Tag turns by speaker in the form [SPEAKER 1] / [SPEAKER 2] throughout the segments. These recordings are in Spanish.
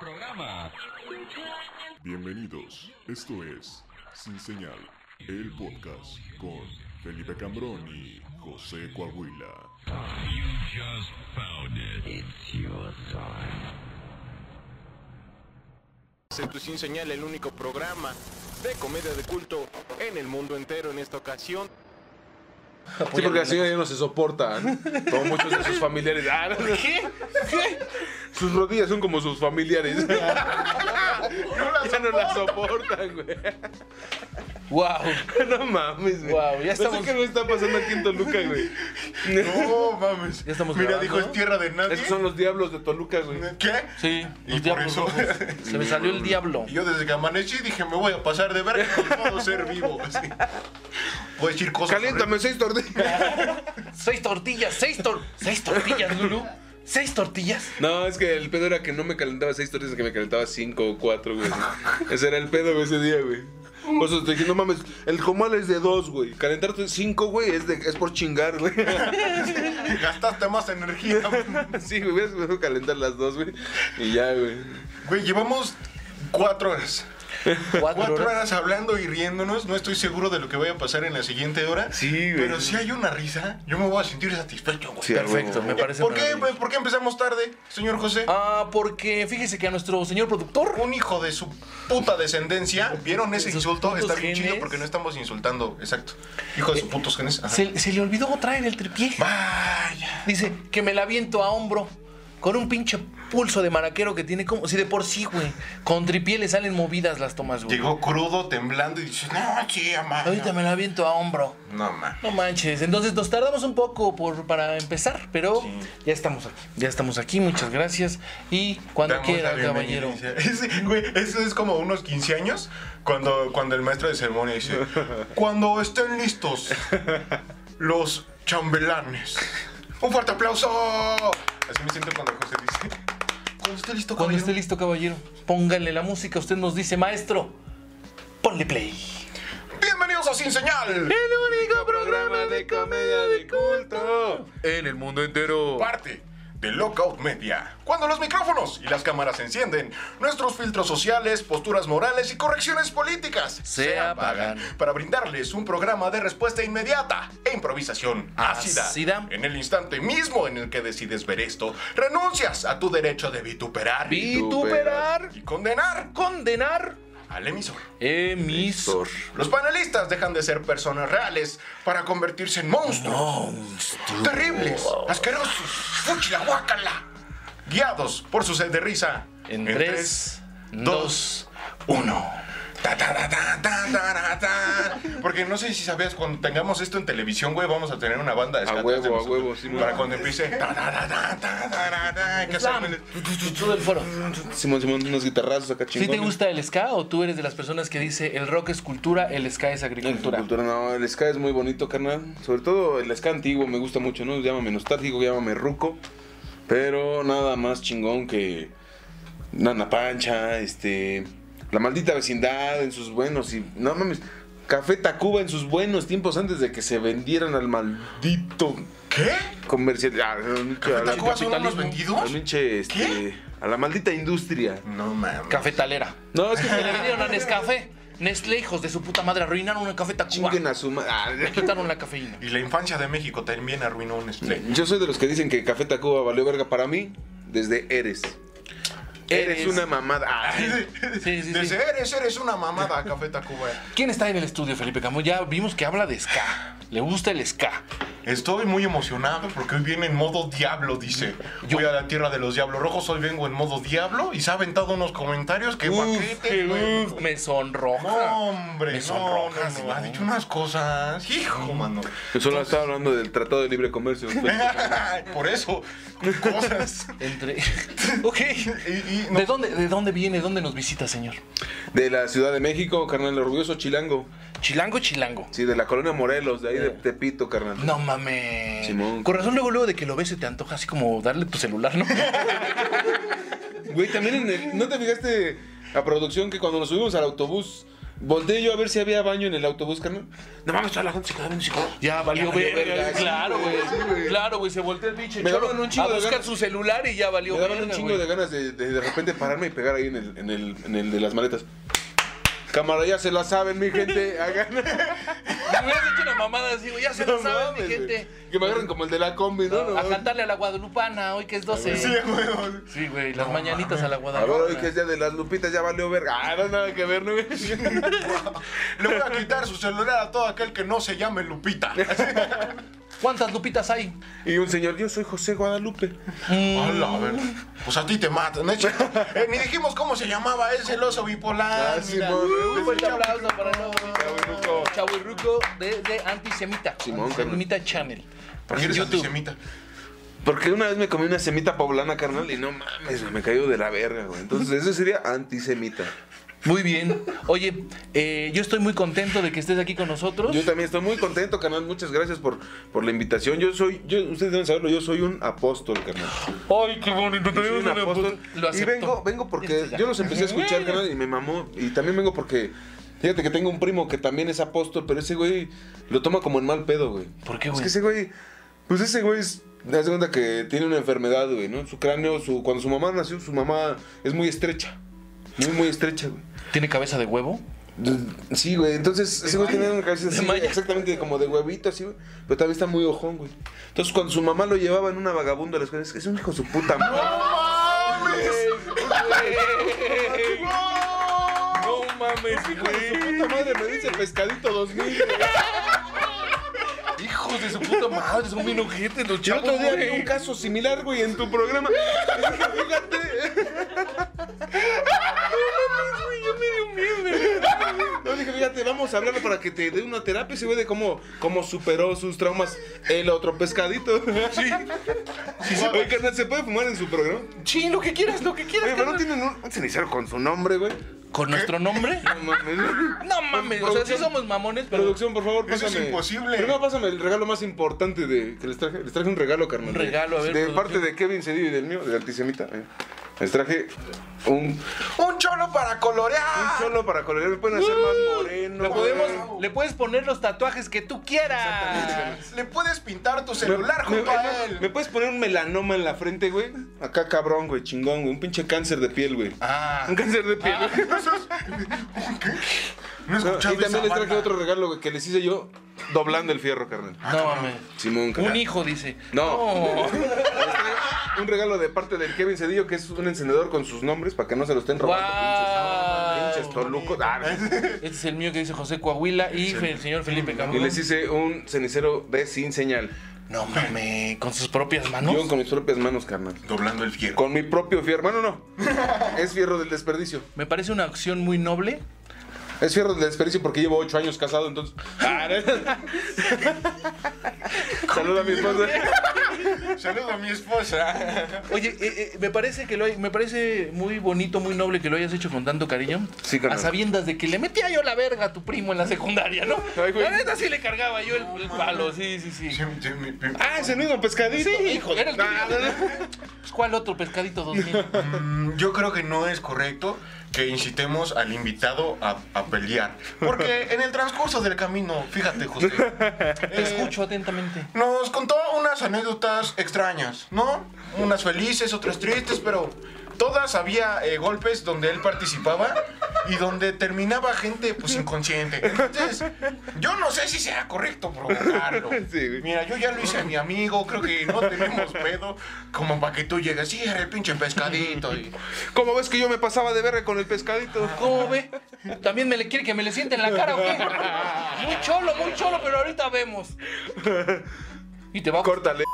[SPEAKER 1] programa.
[SPEAKER 2] Bienvenidos, esto es Sin Señal, el podcast con Felipe Cambrón y José Coahuila.
[SPEAKER 1] You just found it. It's your time.
[SPEAKER 3] En tu Sin Señal, el único programa de comedia de culto en el mundo entero en esta ocasión.
[SPEAKER 4] Sí, porque así ya no se soportan. Como muchos de sus familiares. Ah, no, ¿Qué? ¿Qué? Sus rodillas son como sus familiares. ya no las soportan, güey.
[SPEAKER 5] Wow,
[SPEAKER 4] No mames, güey.
[SPEAKER 5] Wow, ya
[SPEAKER 4] No
[SPEAKER 5] estamos-
[SPEAKER 4] sé qué me está pasando aquí en Toluca, güey.
[SPEAKER 6] No mames.
[SPEAKER 5] Ya estamos
[SPEAKER 6] Mira,
[SPEAKER 5] grabando.
[SPEAKER 6] dijo es tierra de nadie.
[SPEAKER 4] Esos son los diablos de Toluca, güey.
[SPEAKER 6] ¿Qué?
[SPEAKER 5] sí,
[SPEAKER 6] Y
[SPEAKER 5] los
[SPEAKER 6] por
[SPEAKER 5] diablos
[SPEAKER 6] eso-
[SPEAKER 5] rojos. Se me salió el diablo.
[SPEAKER 6] Y yo desde que amanecí dije, me voy a pasar de verga con todo ser vivo. así. Voy a decir cosas.
[SPEAKER 4] Caliéntame seis tortillas.
[SPEAKER 5] Seis tortillas, seis, tor seis tortillas, Lulu. Seis tortillas.
[SPEAKER 4] No, es que el pedo era que no me calentaba seis tortillas, que me calentaba cinco o cuatro, güey. Ese era el pedo güey, ese día, güey. Por eso te dije, no mames, el comal es de dos, güey. Calentarte cinco, güey, es, de- es por chingar, güey.
[SPEAKER 6] horribles. Gastaste más energía.
[SPEAKER 4] Sí, güey, hubieras podido calentar las dos, güey. Y ya, güey.
[SPEAKER 6] Güey, llevamos cuatro horas.
[SPEAKER 5] Cuatro,
[SPEAKER 6] Cuatro
[SPEAKER 5] horas.
[SPEAKER 6] horas hablando y riéndonos. No estoy seguro de lo que vaya a pasar en la siguiente hora.
[SPEAKER 4] Sí, güey.
[SPEAKER 6] Pero si hay una risa, yo me voy a sentir satisfecho, güey.
[SPEAKER 4] Sí, a
[SPEAKER 5] Perfecto,
[SPEAKER 4] huevo.
[SPEAKER 5] me parece
[SPEAKER 6] ¿Por qué, Pues,
[SPEAKER 5] maravilloso.
[SPEAKER 6] ¿Por qué empezamos tarde, señor José?
[SPEAKER 5] Ah, porque fíjese que a nuestro señor productor.
[SPEAKER 6] un hijo de su puta descendencia. ¿Vieron ese
[SPEAKER 5] De sus
[SPEAKER 6] insulto?
[SPEAKER 5] putos
[SPEAKER 6] Está bien
[SPEAKER 5] genes. Eh,
[SPEAKER 6] chido porque no estamos insultando. Exacto. Hijo de sus putos genes. Ajá.
[SPEAKER 5] Se, se le olvidó traer el tripié.
[SPEAKER 6] Vaya.
[SPEAKER 5] Dice que me la viento a hombro. Con un pinche pulso de maraquero que tiene como. Si de por sí, güey. Con tripié le salen movidas las tomas, güey.
[SPEAKER 6] Llegó crudo, temblando y dice, no, sí, mamá.
[SPEAKER 5] Ahorita me la viento a hombro.
[SPEAKER 6] No, ma.
[SPEAKER 5] No manches, entonces nos tardamos un poco por, para empezar, pero ya estamos aquí. Ya estamos aquí, muchas gracias. Y cuando
[SPEAKER 6] Damos la
[SPEAKER 5] quiera,
[SPEAKER 6] bienvenida.
[SPEAKER 5] caballero.
[SPEAKER 6] Ese, güey, eso es como unos 15 años cuando, cuando el maestro de ceremonia dice, cuando estén listos los chambelanes. Un fuerte aplauso. Así me siento cuando José dice, cuando esté listo,
[SPEAKER 5] Cuando
[SPEAKER 6] caballero".
[SPEAKER 5] esté listo, caballero, póngale la música. Usted nos dice, maestro, ponle play.
[SPEAKER 6] Bienvenidos a Sin Señal.
[SPEAKER 4] único programa de comedia de culto en el mundo entero.
[SPEAKER 6] parte de Lockout Media. Cuando los micrófonos y las cámaras se encienden, nuestros filtros sociales, posturas morales y correcciones políticas
[SPEAKER 5] Se apagan.
[SPEAKER 6] para brindarles un programa de respuesta inmediata e improvisación ácida.
[SPEAKER 5] Ácida.
[SPEAKER 6] En el instante mismo en el que decides ver esto, renuncias a tu derecho de vituperar
[SPEAKER 5] Vituperar,
[SPEAKER 6] y condenar
[SPEAKER 5] condenar,
[SPEAKER 6] al emisor.
[SPEAKER 5] emisor.
[SPEAKER 6] Los panelistas dejan de ser personas reales para convertirse en monstruos. Terribles, asquerosos, fuchila, guácala. Guiados por su sed de risa.
[SPEAKER 5] En tres, dos,
[SPEAKER 6] uno. Ta, ta, ta, ta, ta, ta, ta, ta. Porque no sé si sabías, cuando tengamos esto en televisión, güey, vamos a tener una banda de ska atrás
[SPEAKER 4] huevo,
[SPEAKER 6] de
[SPEAKER 4] a
[SPEAKER 6] nosotros.
[SPEAKER 4] huevo, sí,
[SPEAKER 6] Para
[SPEAKER 4] güey.
[SPEAKER 6] cuando empiece. ta, ta, ta, ta, ta, ta, ta, hay que
[SPEAKER 5] Slam.
[SPEAKER 6] hacerle-
[SPEAKER 5] Todo el foro.
[SPEAKER 4] Simón, Simón, unos guitarrazos acá
[SPEAKER 5] ¿Sí
[SPEAKER 4] chingones.
[SPEAKER 5] te gusta el ska o tú eres de las personas que dice el rock es cultura, el ska es agricultura?
[SPEAKER 4] Cultura, no, el ska es muy bonito, carnal. Sobre todo el ska antiguo me gusta mucho, ¿no? Llámame nostálgico, llámame ruco. Pero nada más chingón que Nana Pancha, este. La maldita vecindad en sus buenos y. No mames. Café Tacuba en sus buenos tiempos antes de que se vendieran al maldito
[SPEAKER 6] ¿Qué?
[SPEAKER 4] comercial. Ah,
[SPEAKER 6] ¿Café
[SPEAKER 4] a la-
[SPEAKER 6] Tacuba son unos
[SPEAKER 4] al
[SPEAKER 5] capitalismo.
[SPEAKER 6] vendidos?
[SPEAKER 4] pinche, este, a la maldita industria.
[SPEAKER 6] No mames.
[SPEAKER 5] Cafetalera.
[SPEAKER 4] No, es que
[SPEAKER 5] Se le vendieron a Nescafé. Nestlé, hijos de su puta madre, arruinaron una café Tacuba.
[SPEAKER 4] chinguen a su ma- Ah,
[SPEAKER 5] Quitaron la cafeína.
[SPEAKER 6] Y la infancia de México también arruinó un split.
[SPEAKER 4] Yo soy de los que dicen que Café Tacuba valió verga para mí desde Eres. Eres,
[SPEAKER 5] Eres.
[SPEAKER 4] una mamada. Ah,
[SPEAKER 5] Sí, sí, sí.
[SPEAKER 6] Desde eres, eres una mamada, Café Tacuba.
[SPEAKER 5] ¿Quién está en el estudio, Felipe Camo? Ya vimos que habla de ska. Le gusta el ska.
[SPEAKER 6] Estoy muy emocionado porque hoy viene en modo diablo, dice. Voy a la tierra de los diablos rojos, hoy vengo en modo diablo y se ha aventado unos comentarios que paquete, güey.
[SPEAKER 5] Uf, me sonroja.
[SPEAKER 6] No, hombre,
[SPEAKER 5] Me
[SPEAKER 6] no,
[SPEAKER 5] sonrojas,
[SPEAKER 6] no, no,
[SPEAKER 5] ¿no?
[SPEAKER 6] ha dicho unas cosas. Hijo, mano.
[SPEAKER 4] Yo solo estaba hablando del Tratado de Libre Comercio. pues,
[SPEAKER 6] Por eso, cosas.
[SPEAKER 5] Entre. ok.
[SPEAKER 6] Y, y no-
[SPEAKER 5] ¿De dónde, ¿De dónde viene? ¿Dónde nos visita, señor?
[SPEAKER 4] De la Ciudad de México, carnal orgulloso chilango.
[SPEAKER 5] Chilango, chilango.
[SPEAKER 4] Sí, de la colonia Morelos, de ahí de Tepito, carnal.
[SPEAKER 5] No mames.
[SPEAKER 4] Simón.
[SPEAKER 5] Con razón, luego, luego de que lo ves, se te antoja así como darle tu celular, ¿no?
[SPEAKER 4] Güey, también en el- ¿No te fijaste a producción que cuando nos subimos al autobús Volteé yo a ver si había baño en el autobús, carnal. No mames, toda la gente se quedaba viendo así como,
[SPEAKER 5] Ya valió
[SPEAKER 4] valió
[SPEAKER 5] verga.
[SPEAKER 4] verga, sí,
[SPEAKER 5] claro,
[SPEAKER 4] güey,
[SPEAKER 5] güey.
[SPEAKER 4] sí, güey.
[SPEAKER 5] claro, güey. Se voltea el pinche
[SPEAKER 4] Me
[SPEAKER 5] cholo
[SPEAKER 4] daban un chingo
[SPEAKER 5] a
[SPEAKER 4] de
[SPEAKER 5] buscar
[SPEAKER 4] ganas.
[SPEAKER 5] su celular y ya valió
[SPEAKER 4] Me daban un
[SPEAKER 5] verga,
[SPEAKER 4] chingo
[SPEAKER 5] güey.
[SPEAKER 4] de ganas de de, de repente pararme y pegar ahí en el, en el, en el de las maletas. Cámara, ya se la saben, mi gente. Hagan.
[SPEAKER 5] Me hubieras hecho una mamada así, güey. Ya se lo
[SPEAKER 4] No
[SPEAKER 5] saben,
[SPEAKER 4] mames,
[SPEAKER 5] mi gente.
[SPEAKER 4] güey. Que me agarren como el de la combi, ¿no? No
[SPEAKER 5] a
[SPEAKER 4] mames.
[SPEAKER 5] cantarle a la guadalupana hoy que es 12.
[SPEAKER 6] Sí, huevo.
[SPEAKER 5] Sí, güey. Las mañanitas a la
[SPEAKER 4] A ver,
[SPEAKER 5] guadalupana.
[SPEAKER 4] hoy que es día de las lupitas, ya valió verga. Ah, no, nada que ver, ¿no?
[SPEAKER 6] Le voy a quitar su celular a todo aquel que no se llame Lupita.
[SPEAKER 5] ¿Cuántas lupitas hay?
[SPEAKER 4] y un señor, yo soy José Guadalupe.
[SPEAKER 6] Hola, a ver. Pues a ti te matan, ¿no? Eh, ni dijimos cómo se llamaba ese el oso bipolar.
[SPEAKER 4] Ah, sí,
[SPEAKER 6] mira.
[SPEAKER 4] mon.
[SPEAKER 5] Un fuerte aplauso para el nuevo Chaburruco de, de Antisemita.
[SPEAKER 4] Simón, carnal.
[SPEAKER 5] Antisemita Channel.
[SPEAKER 6] Porque
[SPEAKER 5] En
[SPEAKER 6] eres
[SPEAKER 5] YouTube.
[SPEAKER 6] antisemita.
[SPEAKER 4] Porque una vez me comí una semita poblana, carnal, y no mames, güey, me cayó de la verga, güey. Entonces, eso sería antisemita.
[SPEAKER 5] Muy bien. Oye, eh, yo estoy muy contento de que estés aquí con nosotros.
[SPEAKER 4] Yo también estoy muy contento, carnal. Muchas gracias por, por la invitación. Yo soy, yo, ustedes deben saberlo, yo soy un apóstol, carnal.
[SPEAKER 5] Ay, qué bonito.
[SPEAKER 4] Yo soy un apóstol.
[SPEAKER 5] Lo
[SPEAKER 4] Y
[SPEAKER 5] acepto.
[SPEAKER 4] vengo, vengo porque yo los empecé a escuchar, carnal, y me mamó. Y también vengo porque, fíjate que tengo un primo que también es apóstol, pero ese güey lo toma como en mal pedo, güey.
[SPEAKER 5] ¿Por qué,
[SPEAKER 4] Es
[SPEAKER 5] güey?
[SPEAKER 4] que ese güey, pues ese güey es, te das cuenta que tiene una enfermedad, güey, ¿no? Su cráneo, su, cuando su mamá nació, su mamá es muy estrecha. Muy, muy estrecha, güey.
[SPEAKER 5] ¿Tiene cabeza de huevo?
[SPEAKER 4] Sí, güey, entonces ese güey tenía una cabeza así,
[SPEAKER 5] malla.
[SPEAKER 4] exactamente como de huevito, así, güey. Pero también está muy ojón, güey. Entonces, cuando su mamá lo llevaba en una vagabunda a la escuela, es que es un hijo de su puta madre.
[SPEAKER 5] No mames,
[SPEAKER 4] Puta madre, me dice pescadito 2000, güey.
[SPEAKER 5] Hijos de su puta madre, son bien ojetes los
[SPEAKER 4] El
[SPEAKER 5] chavos,
[SPEAKER 4] otro día vi
[SPEAKER 5] güey.
[SPEAKER 4] un caso similar, güey, en tu programa. Fíjate. No, dije, fíjate, vamos a hablar para que te dé una terapia ese güey de cómo, cómo superó sus traumas el otro pescadito. Sí. Oye, carnal, ¿se puede fumar en su programa?
[SPEAKER 5] Sí, lo que quieras, lo que quieras.
[SPEAKER 4] Oye, pero no
[SPEAKER 5] carnal.
[SPEAKER 4] tienen un, un cenicero con su nombre, güey.
[SPEAKER 5] ¿Con nuestro nombre?
[SPEAKER 4] No mames.
[SPEAKER 5] No mames, o sea, sí
[SPEAKER 4] Producción.
[SPEAKER 5] somos mamones, pero
[SPEAKER 4] Producción, por favor,
[SPEAKER 6] Eso
[SPEAKER 4] pásame.
[SPEAKER 6] es imposible.
[SPEAKER 4] Primero pásame el regalo más importante de, que les traje. Les traje un regalo, carnal.
[SPEAKER 5] Un
[SPEAKER 4] de-
[SPEAKER 5] regalo, a ver,
[SPEAKER 4] De
[SPEAKER 5] producción.
[SPEAKER 4] parte de Kevin Cedillo y del mío, del antisemita. eh. Les traje un,
[SPEAKER 6] ¡Un cholo para colorear!
[SPEAKER 4] un cholo para colorear. Me pueden hacer más moreno.
[SPEAKER 5] le,
[SPEAKER 4] güey.
[SPEAKER 5] podemos, le puedes poner los tatuajes que tú quieras.
[SPEAKER 6] Le puedes pintar tu celular
[SPEAKER 4] me,
[SPEAKER 6] junto a
[SPEAKER 4] me- me
[SPEAKER 6] él.
[SPEAKER 4] puedes poner un melanoma en la frente, güey? Acá cabrón, güey, chingón, güey. Un pinche cáncer de piel, güey.
[SPEAKER 6] Ah,
[SPEAKER 4] Un cáncer de piel. güey.
[SPEAKER 6] no
[SPEAKER 4] No,
[SPEAKER 6] escuchaba
[SPEAKER 4] y también
[SPEAKER 6] esa
[SPEAKER 4] les traje
[SPEAKER 6] banda.
[SPEAKER 4] otro regalo, güey, que les hice yo doblando el fierro, carnal.
[SPEAKER 5] No mames.
[SPEAKER 4] Simón, carnal.
[SPEAKER 5] Un hijo, dice.
[SPEAKER 4] No.
[SPEAKER 5] No.
[SPEAKER 4] Un regalo de parte del Kevin Cedillo, que es un encendedor con sus nombres para que no se lo estén robando.
[SPEAKER 5] Guau.
[SPEAKER 4] Pinches tolucos. Ah,
[SPEAKER 5] Este es el mío que dice José Coahuila y fe- el señor Felipe
[SPEAKER 4] y
[SPEAKER 5] Camilo.
[SPEAKER 4] les hice un cenicero de sin señal.
[SPEAKER 5] No mames, con sus propias
[SPEAKER 4] Yo
[SPEAKER 5] manos.
[SPEAKER 4] con mis propias manos, carnal.
[SPEAKER 6] Doblando el fierro.
[SPEAKER 4] Con mi propio fierro. Bueno, no. Es fierro del desperdicio.
[SPEAKER 5] Me parece una acción muy noble.
[SPEAKER 4] Es fierro del desperdicio porque llevo ocho años casado, entonces. Ah, no. Saluda a mi esposa.
[SPEAKER 6] Saludo a mi esposa.
[SPEAKER 4] Ah.
[SPEAKER 5] Oye, eh, eh, me parece que lo hay- me parece muy bonito, muy noble que lo hayas hecho con tanto cariño.
[SPEAKER 4] Sí,
[SPEAKER 5] a
[SPEAKER 4] carnal.
[SPEAKER 5] sabiendas de que le metía yo la verga a tu primo en la secundaria, ¿no?
[SPEAKER 4] Ay, güey.
[SPEAKER 5] la neta sí le cargaba yo el, el palo, sí, sí, sí.
[SPEAKER 6] Sí, sí, mi- mi-
[SPEAKER 4] Ah, ese mismo pescadito.
[SPEAKER 5] Sí,
[SPEAKER 4] hijo de-
[SPEAKER 5] era el que-
[SPEAKER 4] Ah, no, no.
[SPEAKER 5] Pues, ¿Cuál otro pescadito 2000?
[SPEAKER 6] Mm, Yo creo que no es correcto que incitemos al invitado a, a pelear. Porque en el transcurso del camino, fíjate, José.
[SPEAKER 5] Te escucho atentamente.
[SPEAKER 6] Nos contó unas anécdotas extrañas, ¿no? Unas felices, otras tristes, pero todas había eh, golpes donde él participaba y donde terminaba gente pues inconsciente. Entonces, yo no sé si sea correcto provocarlo.
[SPEAKER 4] Sí, güey.
[SPEAKER 6] Mira, yo ya lo hice a mi amigo, creo que no tenemos pedo como para que tú llegues, sí, era el pinche pescadito y...
[SPEAKER 4] ¿Cómo ves que yo me pasaba de verga con el pescadito?
[SPEAKER 5] ¿Cómo ve? ¿También me le quiere que me le siente en la cara o qué? Muy cholo, muy cholo, pero ahorita vemos. Y te va a
[SPEAKER 4] Córtale.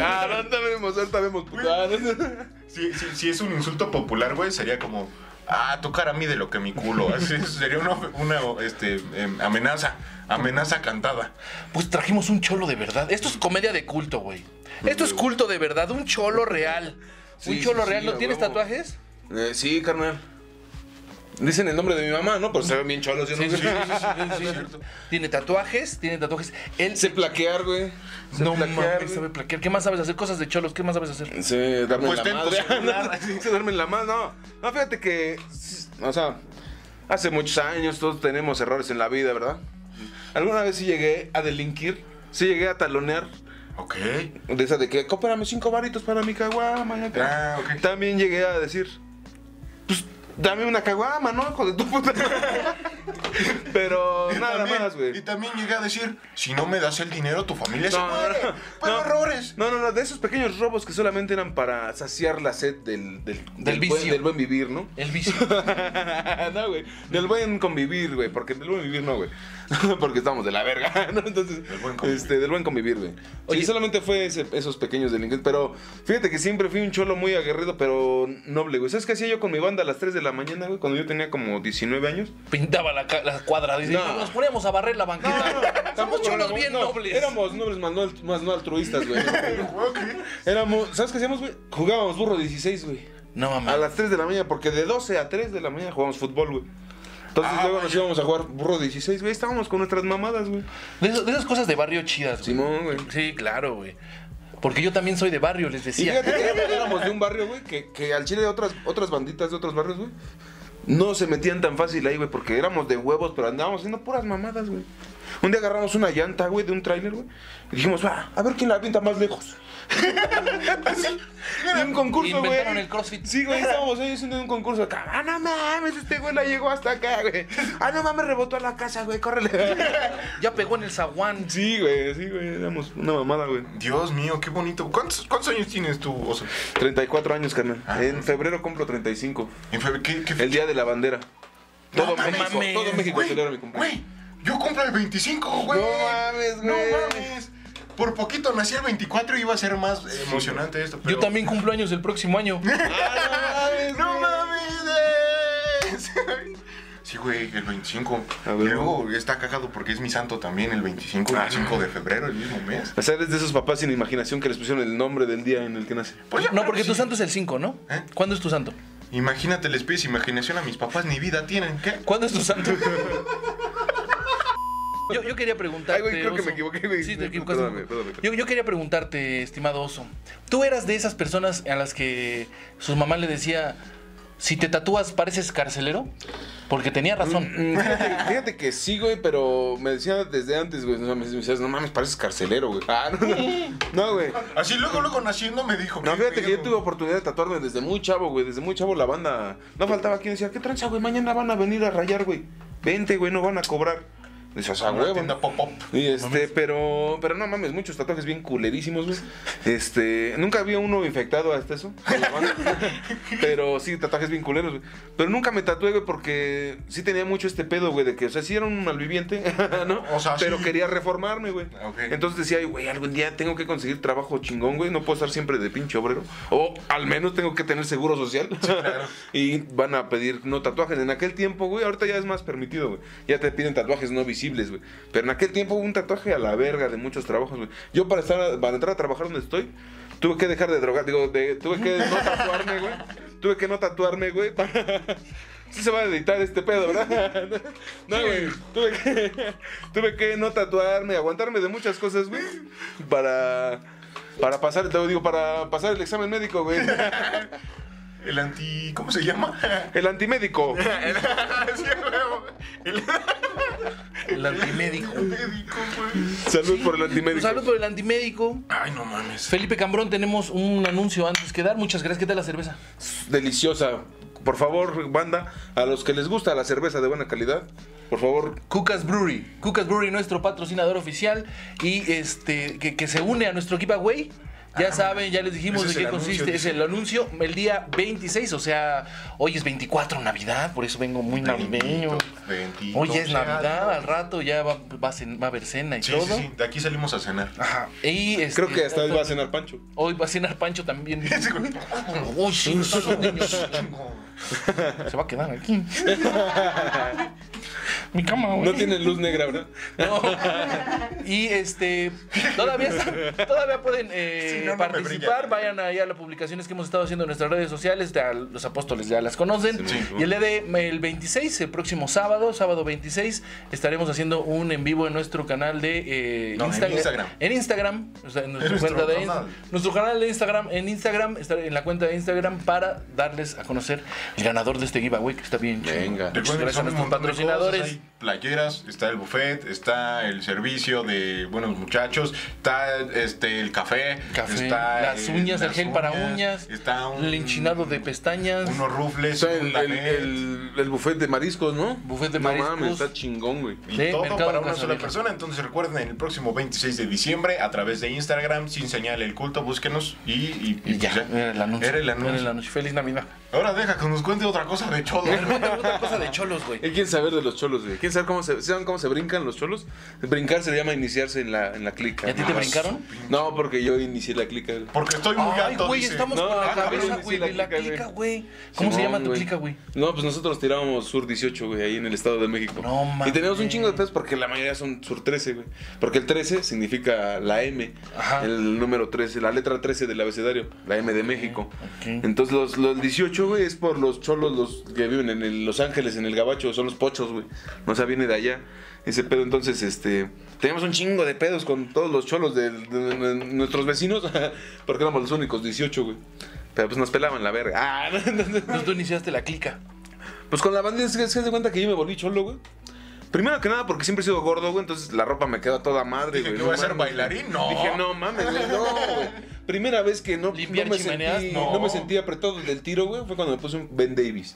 [SPEAKER 4] Ah, no, ahorita vemos, ahorita vemos. puta. Ah, no.
[SPEAKER 6] Si, si- si es un insulto popular, güey, sería como, ah, tu cara mide lo que mi culo. Así es, sería una, una, este, em, amenaza, amenaza cantada.
[SPEAKER 5] Pues trajimos un cholo de verdad. Esto es comedia de culto, güey. Esto es culto de verdad, un cholo real.
[SPEAKER 4] Sí,
[SPEAKER 5] un cholo
[SPEAKER 4] sí,
[SPEAKER 5] real,
[SPEAKER 4] sí,
[SPEAKER 5] ¿no
[SPEAKER 4] a
[SPEAKER 5] tienes
[SPEAKER 4] huevo.
[SPEAKER 5] tatuajes?
[SPEAKER 4] Eh, sí, carnal. Dicen el nombre de mi mamá, ¿no? Pero se ven bien cholos. Yo no sé.
[SPEAKER 5] Tiene tatuajes, tiene tatuajes. Él
[SPEAKER 4] Sé plaquear, güey. Sé
[SPEAKER 5] no
[SPEAKER 4] plaquear,
[SPEAKER 5] mames,
[SPEAKER 4] güey.
[SPEAKER 5] sabe plaquear. ¿Qué más sabes hacer? Cosas de cholos, ¿qué más sabes hacer?
[SPEAKER 4] Sé darme
[SPEAKER 6] Pues
[SPEAKER 4] la
[SPEAKER 6] ten tu
[SPEAKER 4] madre.
[SPEAKER 6] celular,
[SPEAKER 4] Sé darme la madre, no. No, fíjate que... O sea, Hace muchos años todos tenemos errores en la vida, ¿verdad? Alguna vez sí llegué a delinquir, sí llegué a talonear.
[SPEAKER 6] Ok.
[SPEAKER 4] De esa de que, cóperame cinco varitos para mi caguama. ya que-".
[SPEAKER 6] Ah, ok.
[SPEAKER 4] También llegué a decir, pues, dame una caguama, ¿no? Hijo de tu puta. Pero
[SPEAKER 6] Y
[SPEAKER 4] nada
[SPEAKER 6] también-
[SPEAKER 4] más,
[SPEAKER 6] Y
[SPEAKER 4] güey.
[SPEAKER 6] también llegué a decir, si no me das el dinero, tu familia se muere. Pero
[SPEAKER 4] no.
[SPEAKER 6] errores.
[SPEAKER 4] No, no, no, de esos pequeños robos que solamente eran para saciar la sed del, del, del, Buen,
[SPEAKER 5] vicio.
[SPEAKER 4] del buen vivir, ¿no?
[SPEAKER 5] El vicio.
[SPEAKER 4] no, güey. Del buen convivir, güey. Porque del buen vivir no, güey. porque estamos de la verga, ¿no? Entonces, del
[SPEAKER 6] buen
[SPEAKER 4] buen
[SPEAKER 6] convivir.
[SPEAKER 4] convivir, este, del buen convivir güey.
[SPEAKER 5] Oye.
[SPEAKER 4] Oye, solamente fue ese- esos pequeños delincuentes. Pero fíjate que siempre fui un cholo muy aguerrido, pero noble, güey. ¿Sabes qué hacía yo con mi banda a las 3 de la mañana, güey? Cuando yo tenía como 19 años.
[SPEAKER 5] Pintaba la, ca- la cuadra. dice,
[SPEAKER 4] No.
[SPEAKER 5] Nos poníamos a barrer la banqueta. Somos
[SPEAKER 4] Tampoco
[SPEAKER 5] cholos
[SPEAKER 4] éramos-
[SPEAKER 5] bien
[SPEAKER 4] no,
[SPEAKER 5] nobles.
[SPEAKER 4] Éramos nobles más no, más no altruistas, güey.
[SPEAKER 6] Ok.
[SPEAKER 4] éramos, ¿sabes qué hacíamos, güey? Jugábamos burro 16, güey.
[SPEAKER 5] No
[SPEAKER 4] A
[SPEAKER 5] mames.
[SPEAKER 4] las 3 de la mañana, porque de 12 a 3 de la mañana jugamos fútbol, güey. Entonces
[SPEAKER 6] Ah,
[SPEAKER 4] luego nos
[SPEAKER 6] vaya.
[SPEAKER 4] íbamos a jugar burro 16, güey. Estábamos con nuestras mamadas, güey.
[SPEAKER 5] De, esas- de esas cosas de barrio chidas, güey.
[SPEAKER 4] Simón, güey.
[SPEAKER 5] Sí, claro, güey. Porque yo también soy de barrio, les
[SPEAKER 4] Y
[SPEAKER 5] decía.
[SPEAKER 4] fíjate que éramos de un barrio, güey, que, que al chile de otras, otras banditas de otros barrios, güey, no se metían tan fácil ahí, güey, porque éramos de huevos, pero andábamos haciendo puras mamadas, güey. Un día agarramos una llanta, güey, de un tráiler, güey, y dijimos, va, a ver quién la pinta más lejos. Era un concurso, güey.
[SPEAKER 5] Inventaron el CrossFit.
[SPEAKER 4] Sí, güey, estábamos ahí haciendo un concurso acá. Ah, no mames, este güey la llegó hasta acá, güey. Ah, no mames, rebotó a la casa, güey, córrele.
[SPEAKER 5] Ya pegó en el zaguán.
[SPEAKER 4] Sí, güey, sí, güey, éramos una mamada, güey.
[SPEAKER 6] Dios mío, qué bonito. ¿Cuántos, cuántos años tienes tú, Oso?
[SPEAKER 4] 34 años, carnal.
[SPEAKER 6] Ah,
[SPEAKER 4] En febrero compro 35.
[SPEAKER 6] En febrero, ¿qué, qué
[SPEAKER 4] El día de la bandera.
[SPEAKER 6] No
[SPEAKER 4] Todo
[SPEAKER 6] mames,
[SPEAKER 4] México,
[SPEAKER 5] mames,
[SPEAKER 4] todo México
[SPEAKER 6] Güey,
[SPEAKER 4] celebra mi cumpleaños.
[SPEAKER 6] güey, yo compro el 25, güey.
[SPEAKER 4] No mames, güey.
[SPEAKER 6] No mames. Por poquito nací el 24 y iba a ser más eh, emocionante esto. Pero...
[SPEAKER 5] Yo también cumplo años el próximo año.
[SPEAKER 4] Ah,
[SPEAKER 6] ¡No mames! Sí, güey, el 25.
[SPEAKER 4] A
[SPEAKER 6] y
[SPEAKER 4] ver,
[SPEAKER 6] luego está cagado porque es mi santo también, el
[SPEAKER 5] Ah.
[SPEAKER 6] 25, el 25 de febrero, el mismo mes.
[SPEAKER 4] O sea, eres de esos papás sin imaginación que les pusieron el nombre del día en el que nace.
[SPEAKER 6] Pues ya,
[SPEAKER 5] No, porque
[SPEAKER 6] sí.
[SPEAKER 5] tu santo es el 5, ¿no?
[SPEAKER 6] ¿Eh?
[SPEAKER 5] ¿Cuándo es tu santo?
[SPEAKER 6] Imagínate, les pides imaginación a mis papás, ni vida tienen. ¿Qué?
[SPEAKER 5] ¿Cuándo es tu santo? Yo, yo quería preguntarte.
[SPEAKER 4] Ay, güey, creo que
[SPEAKER 5] Oso.
[SPEAKER 4] me equivoqué, güey.
[SPEAKER 5] Sí, te equivocaste.
[SPEAKER 4] Perdóname, perdóname.
[SPEAKER 5] Yo, yo quería preguntarte, estimado oso. ¿Tú eras de esas personas a las que su mamá le decía: si te tatúas, pareces carcelero? Porque tenía razón.
[SPEAKER 4] Mm, Fíjate, fíjate que sí, güey, pero me decía desde antes, güey. No, me decías, no mames, pareces carcelero, güey. Ah, no, no. No, güey.
[SPEAKER 6] Así luego, luego naciendo me dijo.
[SPEAKER 4] No,
[SPEAKER 6] ¿qué
[SPEAKER 4] fíjate que yo
[SPEAKER 6] pedo?
[SPEAKER 4] tuve oportunidad de tatuarme desde muy chavo, güey. Desde muy chavo la banda. No faltaba quien decía, ¿qué tranza, güey? Mañana van a venir a rayar, güey. Vente, güey, no van a cobrar. Dices, a
[SPEAKER 6] Una
[SPEAKER 4] huevo.
[SPEAKER 6] tienda pop-up.
[SPEAKER 4] Y este, pero, pero no mames, muchos tatuajes bien culerísimos, güey. Este, nunca había uno infectado hasta eso. en la banda. pero sí, tatuajes bien culeros, güey. Pero nunca me tatué, güey, porque sí tenía mucho este pedo, güey, de que, o sea, sí era un malviviente, ¿no?
[SPEAKER 6] O sea,
[SPEAKER 4] pero
[SPEAKER 6] sí.
[SPEAKER 4] quería reformarme, güey.
[SPEAKER 6] Ok.
[SPEAKER 4] Entonces decía, "Ay, güey, algún día tengo que conseguir trabajo chingón, güey, no puedo estar siempre de pinche obrero. O al menos tengo que tener seguro social. y van a pedir no tatuajes. En aquel tiempo, güey, ahorita ya es más permitido, güey. Ya te piden tatuajes no visibles, güey. Pero en aquel tiempo hubo un tatuaje a la verga de muchos trabajos, güey. Yo para estar para entrar a trabajar donde estoy, tuve que dejar de drogar, digo, de- tuve que no tatuarme, güey. Tuve que no tatuarme, güey, para Sí se va a editar este pedo, ¿verdad? No, güey. Tuve que, tuve que no tatuarme, aguantarme de muchas cosas, güey. Para. Para pasar, te digo, para pasar el examen médico, güey.
[SPEAKER 6] El anti. ¿Cómo se llama?
[SPEAKER 4] El antimédico.
[SPEAKER 6] Sí, huevo. El
[SPEAKER 5] El antimédico.
[SPEAKER 6] médico, güey.
[SPEAKER 4] Salud por el antimédico.
[SPEAKER 5] Salud por el antimédico.
[SPEAKER 6] Ay, no mames.
[SPEAKER 5] Felipe Cambrón, tenemos un anuncio antes que dar. Muchas gracias. ¿Qué tal la cerveza?
[SPEAKER 4] Deliciosa. Por favor, banda, a los que les gusta la cerveza de buena calidad, por favor,
[SPEAKER 5] Cucas Brewery. Cucas Brewery, nuestro patrocinador oficial y este que, que se une a nuestro equipo güey. Ya saben, ya les dijimos
[SPEAKER 6] ese
[SPEAKER 5] de
[SPEAKER 6] es
[SPEAKER 5] qué
[SPEAKER 6] el anuncio,
[SPEAKER 5] consiste. Ah. Es
[SPEAKER 6] dice.
[SPEAKER 5] el anuncio el día 26, o sea, hoy es 24 Navidad, por eso vengo muy navideño.
[SPEAKER 6] Bendito
[SPEAKER 5] Hoy es
[SPEAKER 6] sea
[SPEAKER 5] Navidad,
[SPEAKER 6] Dios.
[SPEAKER 5] al rato ya va, va a, cen- va a haber cena y
[SPEAKER 6] Sí,
[SPEAKER 5] todo.
[SPEAKER 6] sí, sí. De aquí salimos a cenar.
[SPEAKER 5] Ajá. Y, este,
[SPEAKER 4] creo que hasta él va a cenar pancho.
[SPEAKER 5] Hoy va a cenar Pancho también.
[SPEAKER 6] Sí, güey.
[SPEAKER 5] Uy, sí, esos niños. Se va a quedar aquí. Mi cama, güey.
[SPEAKER 4] No tienen luz negra, ¿verdad?
[SPEAKER 5] No. Y este, todavía, están- todavía pueden eh,
[SPEAKER 6] Sí, no, no me
[SPEAKER 5] participar.
[SPEAKER 6] brillan.
[SPEAKER 5] Vayan ahí a las publicaciones que hemos estado haciendo en nuestras redes sociales. Ya los apóstoles ya las conocen.
[SPEAKER 4] Sí.
[SPEAKER 5] y el día de el 26, el próximo sábado, sábado 26, estaremos haciendo un en vivo en nuestro canal de eh,
[SPEAKER 6] No, en
[SPEAKER 5] Instagram.
[SPEAKER 6] Instagram.
[SPEAKER 5] En Instagram, o sea, en nuestra
[SPEAKER 6] En nuestro
[SPEAKER 5] cuenta de
[SPEAKER 6] canal.
[SPEAKER 5] Inst- Nuestro canal de Instagram, en Instagram, estar en la cuenta de Instagram para darles a conocer el ganador de este giveaway que está bien. chido.
[SPEAKER 4] Venga.
[SPEAKER 5] Muchas
[SPEAKER 6] Recuerden que
[SPEAKER 5] gracias a
[SPEAKER 6] son un
[SPEAKER 5] nuestros
[SPEAKER 6] montón de
[SPEAKER 5] patrocinadores.
[SPEAKER 6] cosas, hay playeras, está el buffet, está el servicio de buenos muchachos, está este el café,
[SPEAKER 5] Café,
[SPEAKER 6] está
[SPEAKER 5] las
[SPEAKER 6] el-
[SPEAKER 5] uñas, el
[SPEAKER 6] las
[SPEAKER 5] gel para
[SPEAKER 6] uñas,
[SPEAKER 5] uñas,
[SPEAKER 6] está un,
[SPEAKER 5] el enchinado de pestañas.
[SPEAKER 6] unos rufles,
[SPEAKER 4] Está el,
[SPEAKER 6] un
[SPEAKER 4] el,
[SPEAKER 6] lanet,
[SPEAKER 4] el- el buffet de mariscos, ¿no?
[SPEAKER 5] Buffet de
[SPEAKER 4] No
[SPEAKER 5] mariscos.
[SPEAKER 4] mames, está chingón, güey.
[SPEAKER 6] y
[SPEAKER 5] de
[SPEAKER 6] todo
[SPEAKER 5] Mercado
[SPEAKER 6] para una
[SPEAKER 5] Casa
[SPEAKER 6] sola
[SPEAKER 5] Vieja.
[SPEAKER 6] persona. Entonces recuerden, el próximo 26 de diciembre, a través de Instagram, sin señal el culto, búsquenos y, y- y
[SPEAKER 5] Y ya,
[SPEAKER 6] pues
[SPEAKER 5] era el anuncio.
[SPEAKER 6] Era el anuncio.
[SPEAKER 5] Feliz Navidad.
[SPEAKER 6] Ahora deja que nos cuente otra cosa de Chodo.
[SPEAKER 5] Otra cosa de cholos, güey.
[SPEAKER 4] ¿Qué quieren saber de los cholos, güey? ¿Quieren saber cómo se, ¿saben cómo se brincan los cholos? Brincar se llama iniciarse en la, en la clica.
[SPEAKER 5] ¿Y a ti te brincaron?
[SPEAKER 4] No, porque yo inicié la clica. güey.
[SPEAKER 6] Porque estoy muy
[SPEAKER 5] Ay,
[SPEAKER 6] alto.
[SPEAKER 5] güey,
[SPEAKER 6] dice.
[SPEAKER 5] estamos
[SPEAKER 4] No,
[SPEAKER 5] con la
[SPEAKER 4] cabrón,
[SPEAKER 5] cabeza,
[SPEAKER 4] sí,
[SPEAKER 5] güey,
[SPEAKER 4] la
[SPEAKER 5] de la
[SPEAKER 4] clica,
[SPEAKER 5] clica,
[SPEAKER 4] güey.
[SPEAKER 5] güey. ¿Cómo se
[SPEAKER 4] Simón,
[SPEAKER 5] llama tu clica, güey?
[SPEAKER 4] No, pues nosotros tirábamos Sur 18, güey, ahí en el Estado de México.
[SPEAKER 5] No mames.
[SPEAKER 4] Y teníamos un chingo de pedos porque la mayoría son Sur 13, güey. Porque el 13 significa la M,
[SPEAKER 5] Ajá.
[SPEAKER 4] el número 13, la letra 13 del abecedario, la M de México.
[SPEAKER 5] ok.
[SPEAKER 4] Entonces los, los 18, güey, es por los cholos los que viven en el Los Ángeles, en el Gabacho, son los pochos, güey. O sea, viene de allá ese pedo. Entonces, este, teníamos un chingo de pedos con todos los cholos de, de- de- de nuestros vecinos porque éramos los únicos 18, güey. Pero pues nos pelaban la verga. Ah, no, no, no.
[SPEAKER 5] Entonces tú iniciaste la clica.
[SPEAKER 4] Pues con la banda es que se de cuenta que yo me volví cholo, güey. Primero que nada porque siempre he sido gordo, güey, entonces la ropa me queda a toda madre,
[SPEAKER 6] Dije
[SPEAKER 4] güey.
[SPEAKER 6] que
[SPEAKER 4] no
[SPEAKER 6] voy a ser
[SPEAKER 4] mames, güey.
[SPEAKER 6] bailarín, no.
[SPEAKER 4] Dije, no mames, güey, no, güey. Primera vez que no, no
[SPEAKER 5] Limpiar
[SPEAKER 4] me
[SPEAKER 5] chimeneas,
[SPEAKER 4] sentí,
[SPEAKER 5] no.
[SPEAKER 4] no. me sentí apretado del tiro, güey, fue cuando me puse un Ben Davis.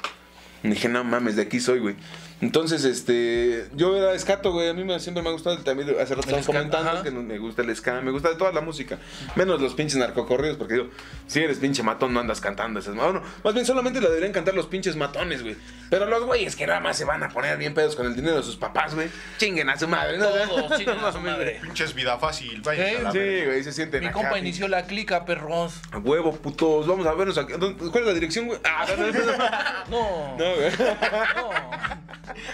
[SPEAKER 4] Y Dije, no mames, de aquí soy, güey. Entonces, este, yo era escato, güey. A mí me- siempre me ha gustado, también hace rato
[SPEAKER 5] El
[SPEAKER 4] estaba
[SPEAKER 5] ska,
[SPEAKER 4] comentando
[SPEAKER 5] ajá.
[SPEAKER 4] que no me gusta el ska, me gusta toda la música. Menos los pinches narcocorridos, porque digo, si eres pinche matón no andas cantando esas... Bueno, más bien solamente la deberían cantar los pinches matones, güey. Pero los güeyes que nada más se van a poner bien pedos con el dinero de sus papás, güey. Chinguen a su madre, ¿no?
[SPEAKER 5] Todos, chinguen a su
[SPEAKER 4] mames,
[SPEAKER 5] madre.
[SPEAKER 6] Pinches vida fácil,
[SPEAKER 4] güey.
[SPEAKER 6] váyanse a la verga.
[SPEAKER 4] Sí, güey, se sienten
[SPEAKER 5] Mi
[SPEAKER 4] acá,
[SPEAKER 5] compa
[SPEAKER 4] pinche.
[SPEAKER 5] inició la clica, perros.
[SPEAKER 4] A huevo, putos, vamos a vernos aquí. ¿Dónde- ¿Cuál es la dirección, güey? Ah, no, no, no.
[SPEAKER 5] No, no.
[SPEAKER 4] No, güey.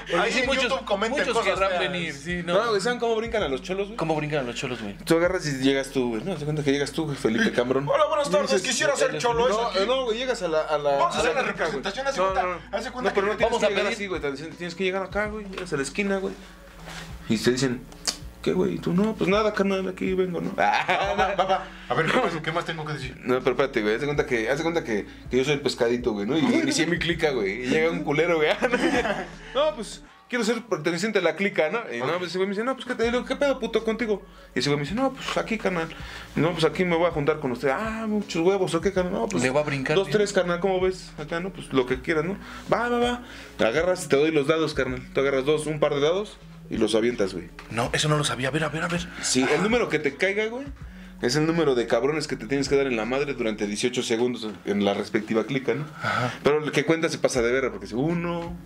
[SPEAKER 5] Porque
[SPEAKER 6] Ahí
[SPEAKER 5] sí,
[SPEAKER 6] en
[SPEAKER 5] muchos,
[SPEAKER 6] YouTube comenten
[SPEAKER 5] muchos
[SPEAKER 6] cosas
[SPEAKER 5] querrán
[SPEAKER 6] feas.
[SPEAKER 5] venir. Sí,
[SPEAKER 4] No,
[SPEAKER 5] no.
[SPEAKER 4] güey, ¿saben cómo brincan a los cholos, güey?
[SPEAKER 5] ¿Cómo brincan los cholos, güey?
[SPEAKER 4] Tú agarras y llegas tú, güey. No, te cuenta que llegas tú, güey, Felipe Cambrón.
[SPEAKER 6] Hola, buenas tardes. Quisiera ser cholo. ¿es
[SPEAKER 4] No,
[SPEAKER 6] aquí?
[SPEAKER 4] eh, no, güey, llegas a la. A la
[SPEAKER 6] Vamos a hacer
[SPEAKER 4] la
[SPEAKER 6] la
[SPEAKER 4] rica, güey.
[SPEAKER 6] representación, hace
[SPEAKER 4] No,
[SPEAKER 6] cuenta-
[SPEAKER 4] no, no.
[SPEAKER 6] hace cuenta
[SPEAKER 4] No, pero
[SPEAKER 6] que-
[SPEAKER 4] no tienes
[SPEAKER 5] Vamos
[SPEAKER 4] que
[SPEAKER 5] a
[SPEAKER 4] llegar
[SPEAKER 5] pedir-
[SPEAKER 4] así, güey. Te dicen, tienes que llegar acá, güey. Llegas a la esquina, güey. Y te dicen, ¿qué, güey? Y tú, no, pues nada, carnal, aquí vengo, ¿no? Ah,
[SPEAKER 6] Va, va, va, va. A ver, ¿qué más, qué más tengo que decir?
[SPEAKER 4] No, pero espérate, güey. Haz de cuenta que, haz de cuenta que, que yo soy el pescadito, güey, ¿no?
[SPEAKER 5] Ah,
[SPEAKER 4] Y inicié mi clica, güey. Y llega un culero, güey. ah, No, pues quiero ser perteneciente a la clica, ¿no? Y no, pues ese güey me dice, no, pues qué te digo, ¿qué pedo, puto, contigo? Y ese güey me dice, no, pues aquí, carnal. Y, No, pues aquí me voy a juntar con usted. Ah, muchos huevos, ¿o qué, carnal? No, pues.
[SPEAKER 5] Le voy a brincar,
[SPEAKER 4] Dos,
[SPEAKER 5] tío.
[SPEAKER 4] tres, carnal, ¿cómo ves? Acá, ¿no? Pues lo que quieras, ¿no? Va, va, va. Te agarras y te doy los dados, carnal. Tú agarras dos, un par de dados y los avientas, güey.
[SPEAKER 5] No, eso no lo sabía. A ver, a ver, a ver.
[SPEAKER 4] Sí, el número que te caiga, güey, es el número de cabrones que te tienes que dar en la madre durante 18 segundos en la respectiva clica, ¿no? Pero el que cuenta se pasa de verga, porque es uno,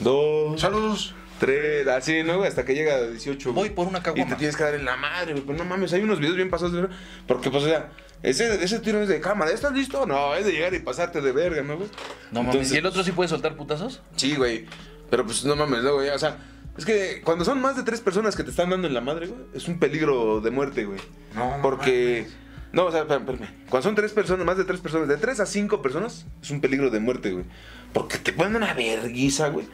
[SPEAKER 4] dos,
[SPEAKER 6] Saludos.
[SPEAKER 4] tres, así, ¿no? güey? Hasta que llega a 18. güey.
[SPEAKER 5] Voy por una
[SPEAKER 4] Y
[SPEAKER 5] caguama.
[SPEAKER 4] te tienes que dar en la madre, güey. Pero no mames, hay unos videos bien pasados de verga. Porque, pues, o sea, ese, ese tiro es de cámara. ¿Estás listo? No, es de llegar y pasarte de verga, ¿no, güey?
[SPEAKER 5] No mames. ¿Y el otro sí puede soltar putazos?
[SPEAKER 4] Sí, güey. Pero pues no mames, luego ya, o sea, es que cuando son más de tres personas que te están dando en la madre, güey, es un peligro de muerte, güey.
[SPEAKER 6] No
[SPEAKER 4] Porque. No, o sea, espérame, espérame. Cuando son tres personas, más de tres personas, de tres a cinco personas, es un peligro de muerte, güey. Porque te ponen una verguiza, güey.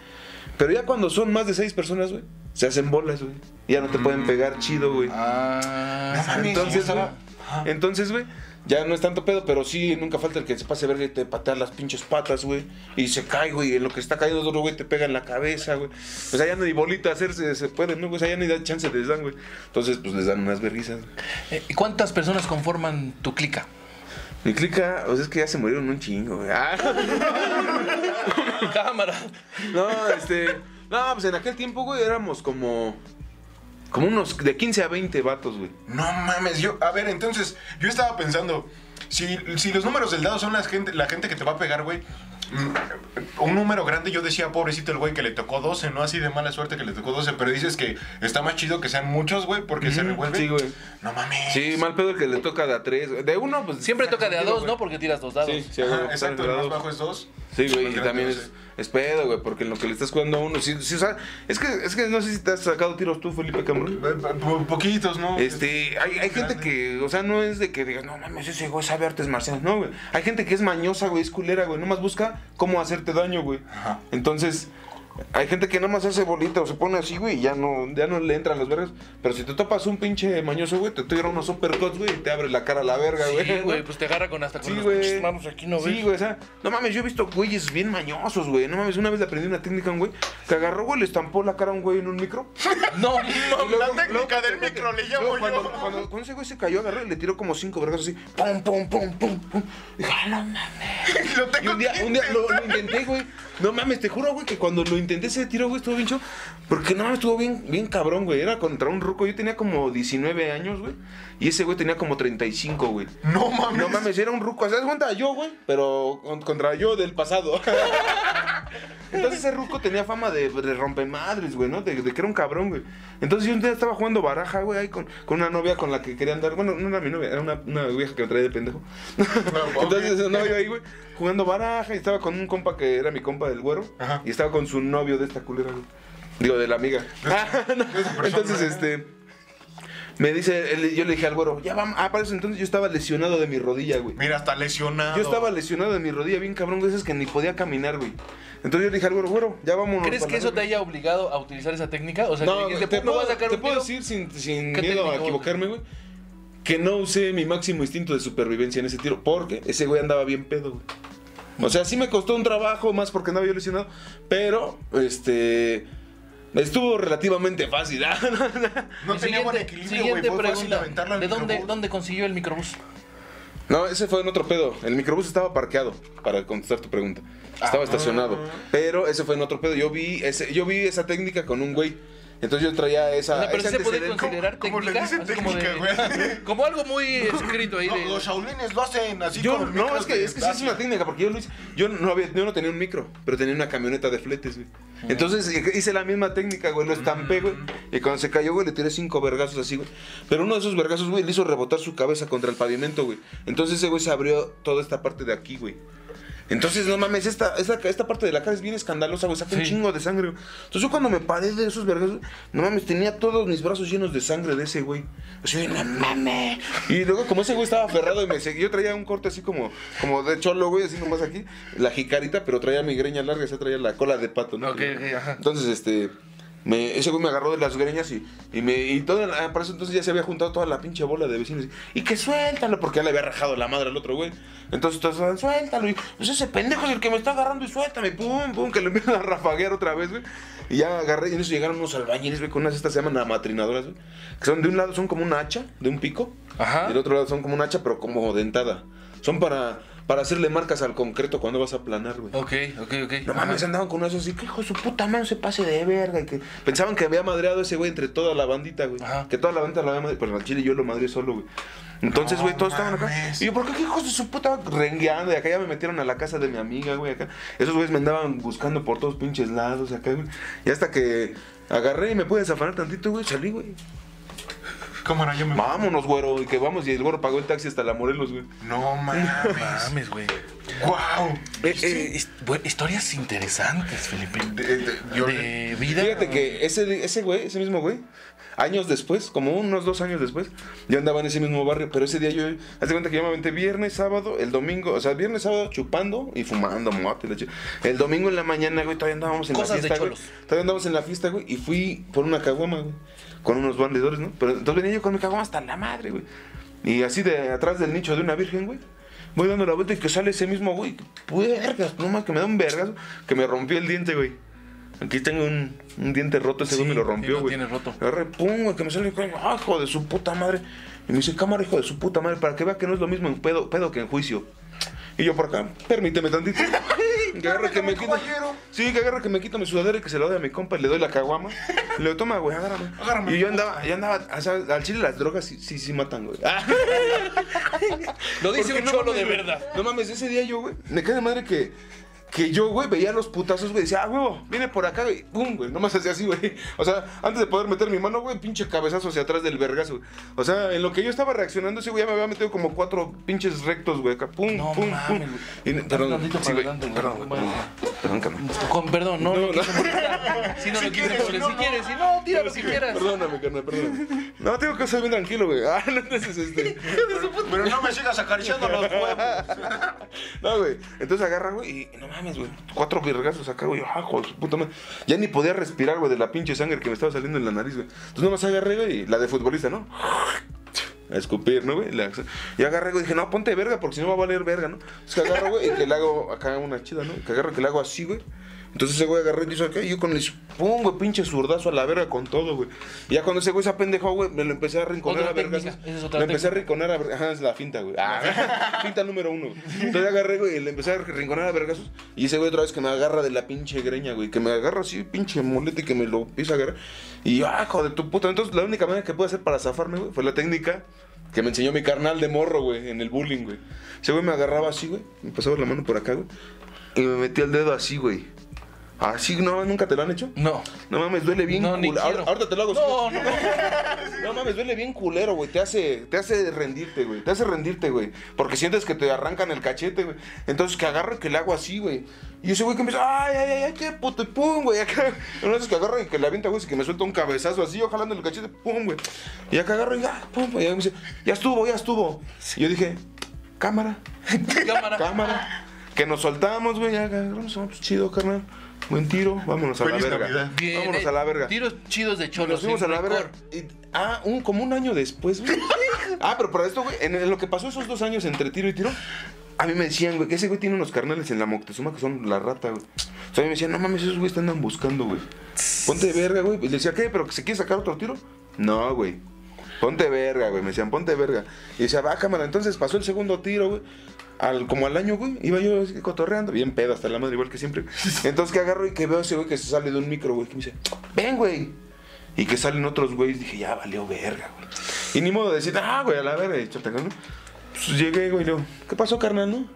[SPEAKER 4] Pero ya cuando son más de seis personas, güey, se hacen bolas, güey. Ya no te pueden
[SPEAKER 6] Mm.
[SPEAKER 4] pegar chido, güey.
[SPEAKER 5] Ah.
[SPEAKER 4] Entonces,
[SPEAKER 6] yo
[SPEAKER 4] güey,
[SPEAKER 6] estaba- Ajá.
[SPEAKER 4] entonces, güey, ya no es tanto pedo, pero sí, nunca falta el que se pase verga y te patea las pinches patas, güey. Y se cae, güey, y en lo que está cayendo duro, güey, te pega en la cabeza, güey. O sea, ya ni bolita hacerse se puede, ¿no? güey? O sea, ya ni da chance les dan, güey. Entonces, pues les dan unas verguizas. güey.
[SPEAKER 5] Eh, ¿y ¿Cuántas personas conforman tu clica?
[SPEAKER 4] Mi clica, o sea, es que ya se murieron un chingo, güey. Ah,
[SPEAKER 5] Cámara.
[SPEAKER 4] no, este... No, pues en aquel tiempo, güey, éramos como... Como unos de 15 a 20 vatos, güey.
[SPEAKER 6] No mames, yo. A ver, entonces, yo estaba pensando. Si, si los números del dado son la gente, la gente que te va a pegar, güey. mm, un número grande, yo decía, pobrecito el güey que le tocó 12, no así de mala suerte que le tocó 12, pero dices que está más chido que sean muchos, güey, porque se
[SPEAKER 4] Ujú,
[SPEAKER 6] revuelven.
[SPEAKER 4] sí, güey.
[SPEAKER 6] No mames.
[SPEAKER 4] Sí, mal pedo que le toca de a tres. De uno, pues.
[SPEAKER 5] Siempre toca de a dos,
[SPEAKER 6] güey.
[SPEAKER 5] ¿no? Porque tiras dos dados.
[SPEAKER 4] Sí, sí,
[SPEAKER 6] Ajá,
[SPEAKER 4] güey,
[SPEAKER 6] exacto,
[SPEAKER 4] toca
[SPEAKER 6] el
[SPEAKER 4] de a
[SPEAKER 6] más
[SPEAKER 4] dos.
[SPEAKER 6] bajo es 2.
[SPEAKER 4] Sí, güey, y también es, es pedo, güey, porque en lo que le estás jugando a uno. Sí, sí, o sea, es que, es que no sé si te has sacado tiros tú, Felipe Cambrón.
[SPEAKER 6] Poquitos, ¿no?
[SPEAKER 4] Este, hay, hay gente
[SPEAKER 6] Grande.
[SPEAKER 4] que, o sea, no es de que digas, no mames, ese güey sabe artes marciales, no, güey. Hay gente que es mañosa, güey, es culera, güey, nomás busca cómo hacerte daño, güey.
[SPEAKER 6] Ajá.
[SPEAKER 4] Entonces, hay gente que nomás hace bolita o se pone así, güey, y ya no, ya no le entran las vergas. Pero si te topas un pinche mañoso, güey, te tira unos uppercuts, güey, y te abre la cara a la verga, güey.
[SPEAKER 5] Sí, güey, pues te agarra con hasta con
[SPEAKER 4] Sí,
[SPEAKER 5] los
[SPEAKER 4] güey.
[SPEAKER 5] pinches manos aquí, ¿no ves?
[SPEAKER 4] Sí, güey, o sea, no mames, yo he visto güeyes bien mañosos, güey. No mames, una vez le aprendí una técnica a un güey que agarró, güey, le estampó la cara a un güey en un micro.
[SPEAKER 5] No,
[SPEAKER 4] Y
[SPEAKER 5] mames.
[SPEAKER 4] luego-
[SPEAKER 6] la técnica del micro le llamo
[SPEAKER 4] luego cuando,
[SPEAKER 6] yo.
[SPEAKER 4] Cuando, cuando ese güey se cayó, agarró y le tiró como cinco vergas así. Pum, pum, pum, pum, pum. Dije, "Ah, no mames.
[SPEAKER 6] Lo
[SPEAKER 4] Y
[SPEAKER 6] tengo
[SPEAKER 4] un día,
[SPEAKER 6] que
[SPEAKER 4] un día lo,
[SPEAKER 6] intentar.
[SPEAKER 4] lo intenté, güey. No mames, te juro, güey, que cuando lo intenté ese tiro, güey, estuvo bien chido. Porque no mames, estuvo bien, bien cabrón, güey. Era contra un ruco. Yo tenía como 19 años, güey. Y ese güey tenía como 35, güey.
[SPEAKER 6] No mames.
[SPEAKER 4] No mames, era un ruco. ¿Sabes cuenta? Yo, güey. Pero con- contra yo del pasado. Entonces ese ruco tenía fama de, de rompemadres, güey, ¿no? De, de que era un cabrón, güey. Entonces yo un día estaba jugando baraja, güey, ahí con, con una novia con la que quería andar. Bueno, no era mi novia, era una, una vieja que me traía de pendejo.
[SPEAKER 6] No,
[SPEAKER 4] Entonces
[SPEAKER 6] ok.
[SPEAKER 4] no, yo ahí, güey, jugando baraja y estaba con un compa que era mi compa del güero.
[SPEAKER 6] Ajá.
[SPEAKER 4] Y estaba con su novio de esta culera, güey. Digo, de la amiga. No, Entonces, este... Me dice, él- yo le dije al güero, ya vamos. Ah, para eso entonces yo estaba lesionado de mi rodilla, güey.
[SPEAKER 6] Mira, está lesionado.
[SPEAKER 4] Yo estaba lesionado de mi rodilla, bien cabrón, güey, esas que ni podía caminar, güey. Entonces yo le dije al güero, güero, ya vámonos.
[SPEAKER 5] ¿Crees
[SPEAKER 4] para
[SPEAKER 5] que
[SPEAKER 4] la
[SPEAKER 5] eso te
[SPEAKER 4] verga".
[SPEAKER 5] haya obligado a utilizar esa técnica? O sea,
[SPEAKER 4] No,
[SPEAKER 5] que
[SPEAKER 4] güey,
[SPEAKER 5] dijiste,
[SPEAKER 4] te
[SPEAKER 5] "Pum, me
[SPEAKER 4] puedo,
[SPEAKER 5] voy a sacar
[SPEAKER 4] te
[SPEAKER 5] un
[SPEAKER 4] puedo
[SPEAKER 5] tiro".
[SPEAKER 4] decir sin, sin
[SPEAKER 5] ¿Qué
[SPEAKER 4] miedo a
[SPEAKER 5] técnica,
[SPEAKER 4] equivocarme, güey, que no usé mi máximo instinto de supervivencia en ese tiro, porque ese güey andaba bien pedo, güey. O sea, sí me costó un trabajo, más porque no había lesionado, pero, este... Estuvo relativamente fácil. ¿ah?
[SPEAKER 6] No
[SPEAKER 5] Mi
[SPEAKER 6] tenía buen equilibrio, güey.
[SPEAKER 5] siguiente
[SPEAKER 6] Fue fácil
[SPEAKER 5] pregunta.
[SPEAKER 6] aventarla al
[SPEAKER 5] ¿De dónde,
[SPEAKER 6] microbús.
[SPEAKER 5] dónde consiguió el microbús?
[SPEAKER 4] No, ese fue en otro pedo. El microbús estaba parqueado, para contestar tu pregunta. Estaba estacionado. Pero ese fue en otro pedo. Yo vi, ese, yo vi esa técnica con un güey. Entonces yo traía Ah, esa.
[SPEAKER 5] O sea, pero
[SPEAKER 4] ese
[SPEAKER 5] sí se puede
[SPEAKER 4] antecedente.
[SPEAKER 5] considerar
[SPEAKER 6] ¿Cómo- cómo le
[SPEAKER 5] técnica.
[SPEAKER 6] dicen
[SPEAKER 5] Así como de-
[SPEAKER 6] técnica, güey?
[SPEAKER 5] Como algo muy escrito ahí.
[SPEAKER 6] No,
[SPEAKER 5] de-
[SPEAKER 6] los shaolines lo hacen así
[SPEAKER 4] Yo,
[SPEAKER 6] con
[SPEAKER 4] no,
[SPEAKER 6] micros
[SPEAKER 4] es que,
[SPEAKER 6] de
[SPEAKER 4] es que sí es una
[SPEAKER 6] Dacia.
[SPEAKER 4] técnica, porque yo, lo hice- yo, no había, yo no tenía un micro, pero tenía una camioneta de fletes, güey. Entonces eh, hice la misma técnica, güey, lo estampé, güey. Y cuando se cayó, güey, le tiré cinco vergazos así, güey. Pero uno de esos vergazos, güey, le hizo rebotar su cabeza contra el pavimento, güey. Entonces ese güey se abrió toda esta parte de aquí, güey. Entonces, no mames, esta, esta, esta parte de la cara es bien escandalosa, güey. Saca un
[SPEAKER 5] Sí.
[SPEAKER 4] chingo de sangre, güey. Entonces, yo cuando me paré de esos vergazos, no mames, tenía todos mis brazos llenos de sangre de ese güey. Así de, no mames. Y luego, como ese güey estaba aferrado y me seguía, yo traía un corte así como, como de cholo, güey, así nomás aquí. La jicarita, pero traía mi greña larga, se traía la cola de pato, ¿no?
[SPEAKER 5] Ok, ok, ajá.
[SPEAKER 4] Entonces, este. me- ese güey me agarró de las greñas y, y me. Y todo, ah, para eso entonces ya se había juntado toda la pinche bola de vecinos. Y que suéltalo, porque ya le había rajado la madre al otro güey. Entonces todos estaban, suéltalo. Y pues ese pendejo es el que me está agarrando y suéltame. Pum, pum, que lo empiezan a rafaguear otra vez, güey. Y ya agarré. Y en eso llegaron unos albañiles, güey, con unas estas se llaman amatrinadoras, güey. Que son de un lado son como un hacha, de un pico.
[SPEAKER 5] Ajá.
[SPEAKER 4] Y del otro lado son como un hacha, pero como dentada. Son para, para hacerle marcas al concreto cuando vas a planar, güey.
[SPEAKER 5] Ok, ok, ok.
[SPEAKER 4] No
[SPEAKER 6] Ah.
[SPEAKER 4] mames, andaban con eso así, que hijo de su puta mano se pase de verga. Y que pensaban que había madreado ese güey entre toda la bandita, güey.
[SPEAKER 5] Ajá.
[SPEAKER 6] Ah.
[SPEAKER 4] Que toda la bandita la había madreado. Pero al chile yo lo madreé solo, güey. Entonces,
[SPEAKER 6] No
[SPEAKER 4] güey, todos estaban acá.
[SPEAKER 6] mames.
[SPEAKER 4] Y yo, ¿por qué qué hijos de su puta rengueando? Y acá ya me metieron a la casa de mi amiga, güey. Acá. Esos güeyes me andaban buscando por todos pinches lados, acá, güey. Y hasta que agarré y me pude desafanar tantito, güey, salí, güey.
[SPEAKER 6] Cámara, yo me.
[SPEAKER 4] Vámonos, güero. Y que vamos. Y el güero pagó el taxi hasta la Morelos, güey.
[SPEAKER 6] No mames.
[SPEAKER 5] Mames, güey.
[SPEAKER 6] ¡Guau!
[SPEAKER 4] Eh, eh,
[SPEAKER 5] Sí, hist- bu- historias interesantes, Felipe.
[SPEAKER 6] De- de- yo-
[SPEAKER 5] De vida.
[SPEAKER 4] Fíjate que ese, ese güey, ese mismo güey, años después, como unos dos años después, yo andaba en ese mismo barrio, pero ese día yo, haz de cuenta que yo me aventé viernes, sábado, el domingo, o sea, viernes, sábado chupando y fumando mote, la chi- El domingo en la mañana, güey, todavía andábamos en
[SPEAKER 5] Cosas
[SPEAKER 4] la
[SPEAKER 5] de
[SPEAKER 4] fiesta, güey.
[SPEAKER 5] cholos.
[SPEAKER 4] Todavía andábamos en la fiesta, güey, y fui por una caguama, güey, con unos vendedores, ¿no? Pero entonces venía yo con mi caguama hasta la madre, güey. Y así de atrás del nicho de una virgen, güey. Voy dando la vuelta y que sale ese mismo güey. Vergas, no más que me da un vergazo. Que me rompió el diente, güey. Aquí tengo un, un diente roto, ese
[SPEAKER 5] Sí,
[SPEAKER 4] güey me lo
[SPEAKER 5] sí,
[SPEAKER 4] rompió,
[SPEAKER 5] lo
[SPEAKER 4] güey.
[SPEAKER 5] tienes roto.
[SPEAKER 4] Agarré, pum, güey, que me sale, güey, ah, hijo de su puta madre. Y me dice, cámara, hijo de su puta madre, para que vea que no es lo mismo en pedo, pedo que en juicio. Y yo por acá, permíteme tantito. que agarra que me quito.
[SPEAKER 6] caballero.
[SPEAKER 4] Sí, que agarra que me quito mi sudadera y que se la doy a mi compa y le doy la caguama. Le digo, toma, güey, agárrame.
[SPEAKER 6] Agárrame.
[SPEAKER 4] Y yo andaba, yo andaba, o sea, al chile las drogas sí, sí, sí matan, güey.
[SPEAKER 6] Ah,
[SPEAKER 5] Lo dice
[SPEAKER 4] Porque
[SPEAKER 5] un
[SPEAKER 4] no
[SPEAKER 5] cholo
[SPEAKER 4] mames,
[SPEAKER 5] de
[SPEAKER 4] güey.
[SPEAKER 5] verdad.
[SPEAKER 4] No mames, ese día yo, güey, me cae de madre que Que yo, güey, veía los putazos, güey, decía, ah, huevo, viene por acá, güey, pum, güey, nomás hacía así, güey. O sea, antes de poder meter mi mano, güey, pinche cabezazo hacia atrás del vergazo. güey. O sea, en lo que yo estaba reaccionando, ese güey ya me había metido como cuatro pinches rectos, güey, acá, pum,
[SPEAKER 5] No
[SPEAKER 4] pum, pum.
[SPEAKER 5] mames,
[SPEAKER 4] Y-
[SPEAKER 5] güey.
[SPEAKER 4] perdón,
[SPEAKER 5] Tantito
[SPEAKER 4] sí,
[SPEAKER 5] para
[SPEAKER 4] güey,
[SPEAKER 5] adelante, güey.
[SPEAKER 4] perdón, güey,
[SPEAKER 5] Bueno.
[SPEAKER 4] perdón, perdón, carnal.
[SPEAKER 5] Con perdón, no,
[SPEAKER 4] No,
[SPEAKER 5] no,
[SPEAKER 4] no.
[SPEAKER 5] quise molestar. Sí, no
[SPEAKER 6] Si
[SPEAKER 5] lo quise
[SPEAKER 6] quieres,
[SPEAKER 5] molestar.
[SPEAKER 6] no,
[SPEAKER 5] Si
[SPEAKER 6] no.
[SPEAKER 5] quieres, si no, tira lo que quieras.
[SPEAKER 4] Perdóname, carnal, perdóname. No, tengo que estar bien tranquilo, güey. Ah, no, entonces, este...
[SPEAKER 6] Pero no me sigas acariciando los huevos.
[SPEAKER 4] No, güey. Entonces agarra, güey, y no mames, güey. Cuatro virgazos acá, güey. Ajo, su puta madre. Ya ni podía respirar, güey, de la pinche sangre que me estaba saliendo en la nariz, güey. Entonces nomás agarré, güey, y la de futbolista, ¿no? A escupir, ¿no, güey? La- Y agarré, güey, dije, no, ponte verga, porque si no va a valer verga, ¿no? Es que agarro, güey, y que le hago acá una chida, ¿no? Que agarro, que le hago así, güey. Entonces ese güey agarró y hizo acá, y yo con el pum, güey, pinche zurdazo a la verga con todo, güey. Y ya cuando ese güey se apendejó, güey, me lo empecé a rinconar
[SPEAKER 5] Otra
[SPEAKER 4] a vergas.
[SPEAKER 5] técnica, esa es otra
[SPEAKER 4] Me empecé a
[SPEAKER 5] técnica.
[SPEAKER 4] rinconar a ver- Ajá, es la finta, güey. Ah, finta número uno. güey. Entonces agarré, güey, y le empecé a rinconar a vergasos. Y ese güey otra vez que me agarra de la pinche greña, güey. Que me agarra así, pinche molete, que me lo empieza a agarrar. Y yo, ah, hijo de tu puta. Entonces la única manera que pude hacer para zafarme, güey, fue la técnica que me enseñó mi carnal de morro, güey, en el bullying, güey. Ese güey me agarraba así, güey. Me pasaba la mano por acá, güey. Y me metía el dedo así, güey. Así, no, nunca te lo han hecho.
[SPEAKER 5] No.
[SPEAKER 4] No mames, duele bien
[SPEAKER 5] No, ni
[SPEAKER 4] culero. Ahor-
[SPEAKER 5] quiero.
[SPEAKER 4] Ahorita te lo hago.
[SPEAKER 5] No, no.
[SPEAKER 4] No mames, duele bien culero, güey. Te hace, te hace rendirte, güey. Te hace rendirte, güey. Porque sientes que te arrancan el cachete, güey. Entonces que agarro y que le hago así, güey. Y ese güey que empieza, ay, ay, ay, ay, qué puto, y pum, güey. Acá, una vez que agarro y que le avienta, güey, y que me suelta un cabezazo así, yo jalando el cachete, pum, güey. Y acá agarro y ya, pum, güey. Y me dice, ya estuvo, ya estuvo. Y yo dije, cámara,
[SPEAKER 5] Cámara.
[SPEAKER 4] cámara. Que nos soltamos, güey. Ya agarramos, ah, pues chido, carnal. Buen tiro, vámonos a
[SPEAKER 6] Feliz
[SPEAKER 4] la verga.
[SPEAKER 6] Navidad.
[SPEAKER 5] Bien,
[SPEAKER 4] Vámonos
[SPEAKER 5] eh,
[SPEAKER 4] a la verga.
[SPEAKER 5] Tiros chidos de cholos.
[SPEAKER 4] Nos fuimos a
[SPEAKER 5] sin
[SPEAKER 4] la verga.
[SPEAKER 5] rencor.
[SPEAKER 4] Y- ah, un, como un año después, güey. ah, pero para esto, güey, en, en lo que pasó esos dos años entre tiro y tiro, a mí me decían, güey, que ese güey tiene unos carnales en la Moctezuma que son la rata, güey. O sea, a mí me decían, no mames, esos güeyes te andan buscando, güey. Ponte verga, güey. Y le decía, ¿qué? ¿Pero que se quiere sacar otro tiro? No, güey. Ponte verga, güey. Me decían, ponte verga. Y decía, va, cámara. Entonces pasó el segundo tiro, güey. Al, como al año, güey, iba yo así cotorreando, bien pedo hasta la madre, igual que siempre. Entonces que agarro y que veo a ese güey que se sale de un micro, güey, que me dice, ven, güey. Y que salen otros güeyes, dije, ya valió verga, güey. Y ni modo de decir, ah, güey, a la verga, échate, ¿no? Pues llegué, güey, y le digo, ¿qué pasó, carnal, no?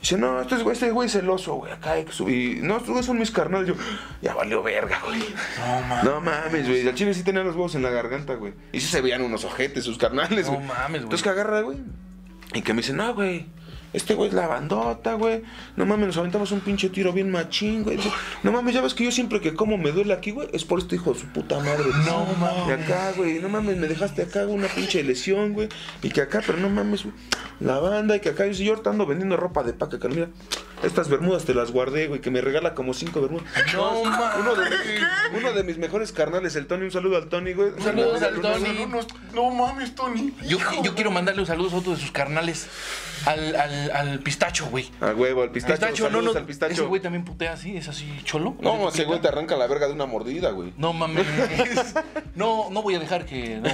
[SPEAKER 4] Dice, no, este güey, este güey es celoso, güey, acá hay que subir. No, estos güeyes son mis carnales. Yo, ya valió verga, güey. No mames. No mames, güey. Al chile sí tenía los huevos en la garganta, güey. Y sí se veían unos ojetes sus carnales,
[SPEAKER 5] No
[SPEAKER 4] güey.
[SPEAKER 5] mames, güey.
[SPEAKER 4] Entonces que agarra, güey. Y que me dice, no, güey. Este güey es la bandota, güey. No mames, nos aventamos un pinche tiro bien machín, güey. No mames, ya ves que yo siempre que como me duele aquí, güey, es por este hijo de su puta madre.
[SPEAKER 5] No
[SPEAKER 4] De acá, güey. No mames, me dejaste acá güey, una pinche lesión, güey. Y que acá, pero no mames, güey. La banda, y que acá, yo, yo ahorita ando vendiendo ropa de paca, que mira. Estas bermudas te las guardé, güey, que me regala como cinco bermudas.
[SPEAKER 5] No mames.
[SPEAKER 4] Uno de, uno de mis mejores carnales, el Tony. Un saludo al Tony, güey.
[SPEAKER 5] Saludos al Tony.
[SPEAKER 6] Son unos- No mames, Tony.
[SPEAKER 5] Yo, yo quiero mandarle un saludo a otro de sus carnales. Al, al, al pistacho, güey.
[SPEAKER 4] A huevo, al pistacho. saludos
[SPEAKER 5] no, no.
[SPEAKER 4] al pistacho.
[SPEAKER 5] Ese güey también putea así, es así cholo.
[SPEAKER 4] No, ese
[SPEAKER 5] Así
[SPEAKER 4] güey te
[SPEAKER 5] putea.
[SPEAKER 4] arranca la verga de una mordida, güey.
[SPEAKER 5] No mames. No, no voy a dejar que. No.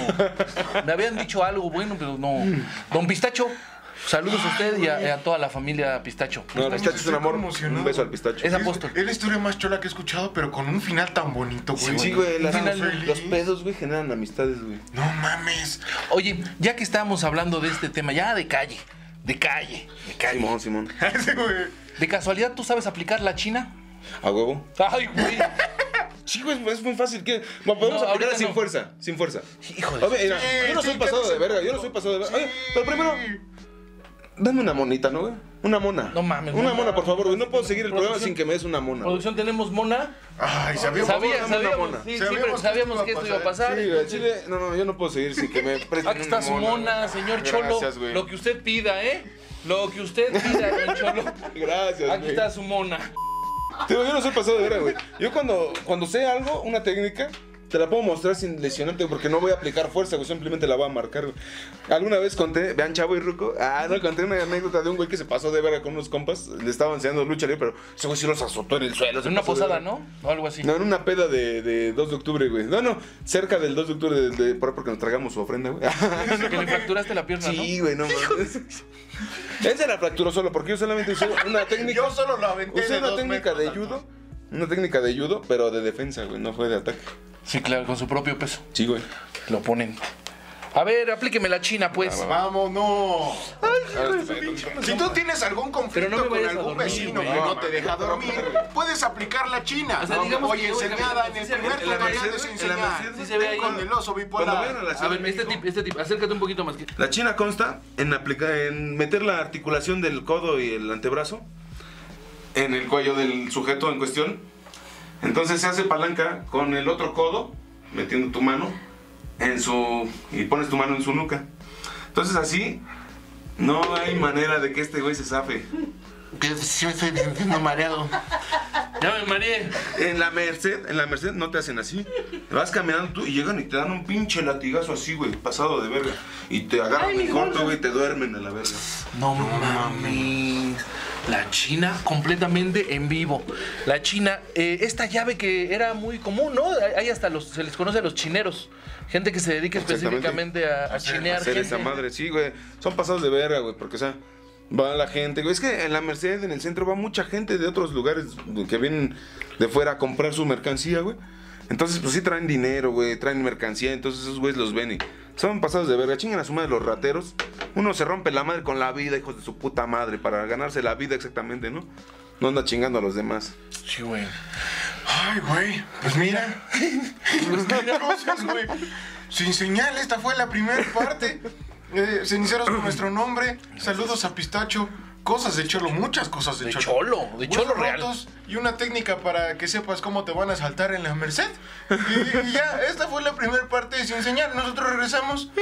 [SPEAKER 5] Me habían dicho algo bueno, pero no. Don Pistacho, saludos a usted y a, y a toda la familia Pistacho.
[SPEAKER 4] No, el pistacho es un
[SPEAKER 6] estoy
[SPEAKER 4] amor.
[SPEAKER 6] conmocionado.
[SPEAKER 4] Un beso al pistacho.
[SPEAKER 5] Es apóstol.
[SPEAKER 6] Es la historia más chola que he escuchado, pero con un final tan bonito, güey.
[SPEAKER 4] Sí, güey,
[SPEAKER 5] Un
[SPEAKER 4] la-
[SPEAKER 5] final
[SPEAKER 6] feliz.
[SPEAKER 4] los pedos, güey, generan amistades, güey.
[SPEAKER 6] No mames.
[SPEAKER 5] Oye, ya que estábamos hablando de este tema, ya de calle, de calle, de calle.
[SPEAKER 4] Simón, Simón.
[SPEAKER 6] Ese güey.
[SPEAKER 5] ¿De casualidad tú sabes aplicar la china?
[SPEAKER 4] A huevo.
[SPEAKER 5] Ay, güey.
[SPEAKER 4] Sí, güey, es muy fácil. ¿Qué? Bueno, podemos
[SPEAKER 5] No,
[SPEAKER 4] aplicarla
[SPEAKER 5] ahorita
[SPEAKER 4] sin
[SPEAKER 5] no.
[SPEAKER 4] fuerza. Sin fuerza.
[SPEAKER 5] Hijo de-
[SPEAKER 4] A ver, mira,
[SPEAKER 6] Sí,
[SPEAKER 4] yo no soy
[SPEAKER 6] sí,
[SPEAKER 4] pasado
[SPEAKER 6] quédate
[SPEAKER 4] de verga. Yo no soy pasado de verga. Oye, pero primero, dame una monita, ¿no, güey? Una mona.
[SPEAKER 5] No mames,
[SPEAKER 4] Una
[SPEAKER 5] no
[SPEAKER 4] mona, por favor, güey. No puedo seguir el programa
[SPEAKER 5] Producción.
[SPEAKER 4] sin que me des una mona. güey.
[SPEAKER 5] Producción tenemos mona.
[SPEAKER 6] Ay, sabíamos.
[SPEAKER 5] Sabía,
[SPEAKER 4] dame una
[SPEAKER 5] sabíamos,
[SPEAKER 4] mona.
[SPEAKER 5] sí, sí,
[SPEAKER 6] Sabíamos
[SPEAKER 5] pero
[SPEAKER 6] que
[SPEAKER 5] sabíamos
[SPEAKER 6] esto
[SPEAKER 5] que
[SPEAKER 6] iba a
[SPEAKER 5] esto iba a
[SPEAKER 6] pasar. ¿eh?
[SPEAKER 4] Sí,
[SPEAKER 5] pasar.
[SPEAKER 4] güey, al
[SPEAKER 5] entonces-
[SPEAKER 4] chile, no, no, yo no puedo seguir sin que me presten
[SPEAKER 5] Aquí está
[SPEAKER 4] una
[SPEAKER 5] su mona,
[SPEAKER 4] güey.
[SPEAKER 5] señor Cholo.
[SPEAKER 4] Gracias, güey.
[SPEAKER 5] Lo que usted pida, ¿eh? Lo que usted pida, don Cholo.
[SPEAKER 4] Gracias,
[SPEAKER 5] Aquí
[SPEAKER 4] güey.
[SPEAKER 5] está su mona.
[SPEAKER 4] Te digo, yo no soy pasado de verga, güey. Yo cuando, cuando sé algo, una técnica, te la puedo mostrar sin lesionarte, porque no voy a aplicar fuerza, güey. Simplemente la voy a marcar, güey. Alguna vez conté, vean Chavo y Ruco. Ah, no, conté una anécdota de un güey que se pasó de verga con unos compas. Le estaban enseñando lucha libre, pero ese güey sí los azotó en el suelo. se
[SPEAKER 5] En una
[SPEAKER 4] pasó de
[SPEAKER 5] posada,
[SPEAKER 4] verga.
[SPEAKER 5] ¿no? O algo así.
[SPEAKER 4] No, en una peda de, de 2 de octubre, güey. No, no, cerca del 2 de octubre, de, de- por ahí porque nos tragamos su ofrenda, güey.
[SPEAKER 5] Que le fracturaste la pierna,
[SPEAKER 4] Sí, güey, no mames. Él se la fracturó solo, porque yo solamente usé una técnica.
[SPEAKER 6] Yo solo la aventé.
[SPEAKER 4] Usé
[SPEAKER 6] de
[SPEAKER 4] una
[SPEAKER 6] dos
[SPEAKER 4] técnica
[SPEAKER 6] metros
[SPEAKER 4] de
[SPEAKER 6] alto.
[SPEAKER 4] judo. Una técnica de judo, pero de defensa, güey. No fue de ataque.
[SPEAKER 5] ¿no? Sí, claro, con su propio peso.
[SPEAKER 4] Sí, güey.
[SPEAKER 5] Lo ponen. A ver, aplíqueme la china, pues.
[SPEAKER 6] Vámonos.
[SPEAKER 4] Ahora este pedo, cabrón.
[SPEAKER 6] Si tú tienes algún
[SPEAKER 5] Pero
[SPEAKER 6] conflicto
[SPEAKER 5] no me
[SPEAKER 6] con
[SPEAKER 5] vayas a
[SPEAKER 6] algún
[SPEAKER 5] dormir,
[SPEAKER 6] vecino
[SPEAKER 5] güey.
[SPEAKER 6] que
[SPEAKER 5] No,
[SPEAKER 6] no te deja dormir, puedes aplicar la china.
[SPEAKER 5] O sea, digamos
[SPEAKER 6] Oye,
[SPEAKER 5] que yo voy
[SPEAKER 6] enseñada en
[SPEAKER 5] caminando, sí se ve
[SPEAKER 6] el primer
[SPEAKER 5] en la
[SPEAKER 6] tutorial de
[SPEAKER 7] Mercedes, en la
[SPEAKER 6] enseñar.
[SPEAKER 7] Mercedes.
[SPEAKER 5] Sí se ve ahí.
[SPEAKER 6] Con el oso
[SPEAKER 7] Cuando vayan a
[SPEAKER 6] bipolar.
[SPEAKER 7] la
[SPEAKER 5] A
[SPEAKER 7] Ciudad
[SPEAKER 5] ver,
[SPEAKER 7] de
[SPEAKER 5] este
[SPEAKER 7] México,
[SPEAKER 5] tipo, este tipo, acércate un poquito más. que-
[SPEAKER 7] La China consta en, aplica- en meter la articulación del codo y el antebrazo en el cuello del sujeto en cuestión. Entonces se hace palanca con el otro codo, metiendo tu mano en su. y pones tu mano en su nuca. Entonces así no hay manera de que este güey se zafe.
[SPEAKER 5] Que sí me estoy sintiendo mareado. Ya me mareé.
[SPEAKER 7] En la Merced, en la Merced no te hacen así. Vas caminando tú y llegan y te dan un pinche latigazo así, güey, pasado de verga. Y te agarran en corto, güey, y te duermen a la verga.
[SPEAKER 5] No mames. La China completamente en vivo. La China, eh, esta llave que era muy común, ¿no? Hay- Hay hasta los, se les conoce a los chineros. Gente que se dedica
[SPEAKER 4] Exactamente.
[SPEAKER 5] específicamente a, a chinear.
[SPEAKER 4] hacer
[SPEAKER 5] gente.
[SPEAKER 4] esa madre, sí, güey. Son pasados de verga, güey, porque, o sea, va la gente, güey. Es que en la Merced, en el centro, va mucha gente de otros lugares güey, que vienen de fuera a comprar su mercancía, güey. Entonces, pues sí traen dinero, güey, traen mercancía, entonces esos güeyes los ven y son pasados de verga. Chingan a su madre los rateros. Uno se rompe la madre con la vida, hijos de su puta madre, para ganarse la vida exactamente, ¿no? No anda chingando a los demás.
[SPEAKER 5] Sí, güey.
[SPEAKER 6] Ay, güey. Pues mira. Pues qué cosas, güey. Sin señal, esta fue la primera parte. Eh, ceniceros con nuestro nombre. Saludos a Pistacho. Cosas de cholo, muchas cosas de,
[SPEAKER 5] De cholo, de cholo
[SPEAKER 6] Huesos
[SPEAKER 5] real.
[SPEAKER 6] rotos Y una técnica para que sepas cómo te van a saltar en la Merced. Y, y ya, esta fue la primera parte de Sin Señal. Nosotros regresamos.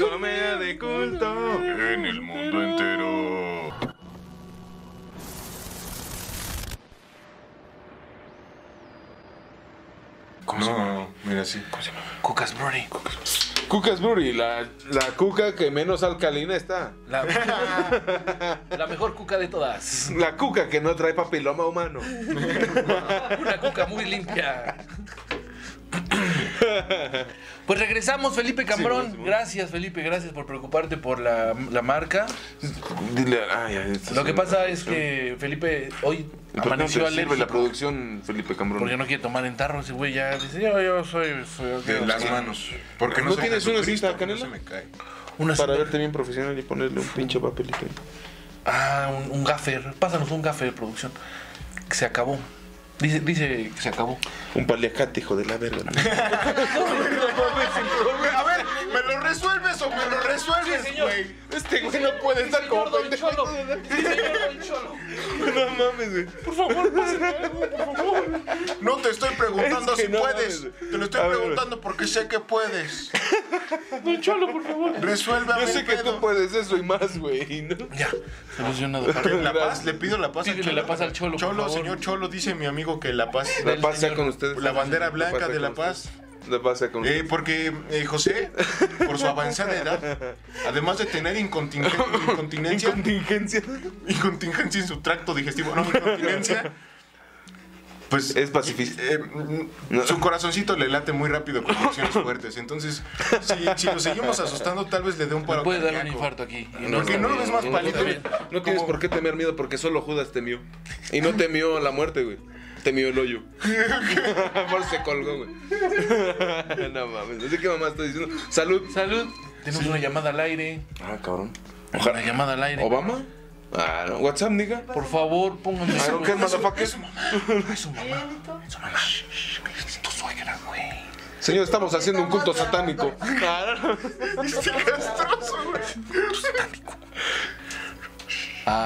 [SPEAKER 4] Comedia de culto.
[SPEAKER 2] En el mundo entero.
[SPEAKER 6] No, mira, sí.
[SPEAKER 5] Cucas Brody.
[SPEAKER 4] Cucas Brewery, la, la cuca que menos alcalina está.
[SPEAKER 5] La, la mejor cuca de todas.
[SPEAKER 4] La cuca que no trae papiloma humano.
[SPEAKER 5] Una cuca muy limpia. Pues regresamos, Felipe Cambrón. gracias, Felipe, gracias por preocuparte por la, la marca.
[SPEAKER 4] Dile, ay, ay, esto
[SPEAKER 5] Lo
[SPEAKER 4] es
[SPEAKER 5] que
[SPEAKER 4] una
[SPEAKER 5] pasa es
[SPEAKER 4] producción.
[SPEAKER 5] que Felipe hoy
[SPEAKER 4] ¿Por qué no te
[SPEAKER 5] amaneció
[SPEAKER 4] sirve la
[SPEAKER 5] alérgico.
[SPEAKER 4] producción, Felipe Cambrón?
[SPEAKER 5] Porque no quiere tomar en tarro ese güey ya dice, yo, yo soy... soy-
[SPEAKER 6] De las manos. Porque
[SPEAKER 4] ¿No
[SPEAKER 6] soy
[SPEAKER 4] tienes una
[SPEAKER 6] Jesucristo,
[SPEAKER 4] cinta, Canelo?
[SPEAKER 6] No se me cae.
[SPEAKER 5] Una
[SPEAKER 4] Para
[SPEAKER 5] cinta-
[SPEAKER 4] verte bien profesional y ponerle un pinche papelito. ahí.
[SPEAKER 5] Ah, un, un gaffer. Pásanos un gaffer, producción. Que se acabó. Dice, dice que se acabó.
[SPEAKER 4] Un paliacate, hijo de la verga.
[SPEAKER 6] A ver, ¿me lo resuelves o me lo resuelves, güey?
[SPEAKER 4] este güey no puede estar como pendejo. No mames, güey.
[SPEAKER 6] No te estoy preguntando
[SPEAKER 4] Es que
[SPEAKER 6] si
[SPEAKER 4] no
[SPEAKER 6] puedes.
[SPEAKER 4] mames.
[SPEAKER 6] Te lo estoy
[SPEAKER 4] A ver.
[SPEAKER 6] preguntando porque sé que puedes. Don Cholo, por favor. Resuélvame
[SPEAKER 4] Yo sé
[SPEAKER 6] el
[SPEAKER 4] que
[SPEAKER 6] pedo.
[SPEAKER 4] tú puedes eso y más, güey, ¿no?
[SPEAKER 5] Ya, solucionado.
[SPEAKER 6] La paz, le pido la paz al
[SPEAKER 5] Pídele
[SPEAKER 6] Cholo.
[SPEAKER 5] la paz al Cholo, por
[SPEAKER 6] Cholo,
[SPEAKER 5] favor.
[SPEAKER 6] señor Cholo, dice mi amigo que la paz.
[SPEAKER 4] La paz sea
[SPEAKER 5] señor.
[SPEAKER 4] con ustedes.
[SPEAKER 6] La bandera blanca
[SPEAKER 4] sea
[SPEAKER 6] de la
[SPEAKER 4] con
[SPEAKER 6] paz.
[SPEAKER 4] ustedes. La paz sea con
[SPEAKER 6] Eh,
[SPEAKER 4] ustedes.
[SPEAKER 6] porque eh, José, por su avanzada edad, además de tener incontinge- incontinencia,
[SPEAKER 4] Incontingencia.
[SPEAKER 6] incontingencia en su tracto digestivo, no, incontinencia, pues
[SPEAKER 4] Es pacifista.
[SPEAKER 6] eh, mm, su corazoncito le late muy rápido con reacciones fuertes. Entonces, si, si lo seguimos asustando, tal vez le dé un paro
[SPEAKER 5] Puede dar un
[SPEAKER 6] cardíaco.
[SPEAKER 5] infarto aquí. Y
[SPEAKER 6] ¿Por qué
[SPEAKER 5] está
[SPEAKER 6] no lo
[SPEAKER 5] bien.
[SPEAKER 6] ves más pálido?
[SPEAKER 4] No tienes por qué temer miedo porque solo Judas temió. Y no temió la muerte, güey. Temió el hoyo. Por eso se colgó, güey. no mames. No sé qué mamá estoy diciendo. Salud.
[SPEAKER 5] Salud. Tenemos una llamada al aire.
[SPEAKER 4] Ah, cabrón.
[SPEAKER 5] Una llamada al aire.
[SPEAKER 4] ¿Obama? Ah, no. WhatsApp, nigga. Ah,
[SPEAKER 5] Por favor, pónganme
[SPEAKER 4] I don't care, motherfucker.
[SPEAKER 5] tu suegra, güey.
[SPEAKER 4] Señor, estamos haciendo un culto satánico. Ah,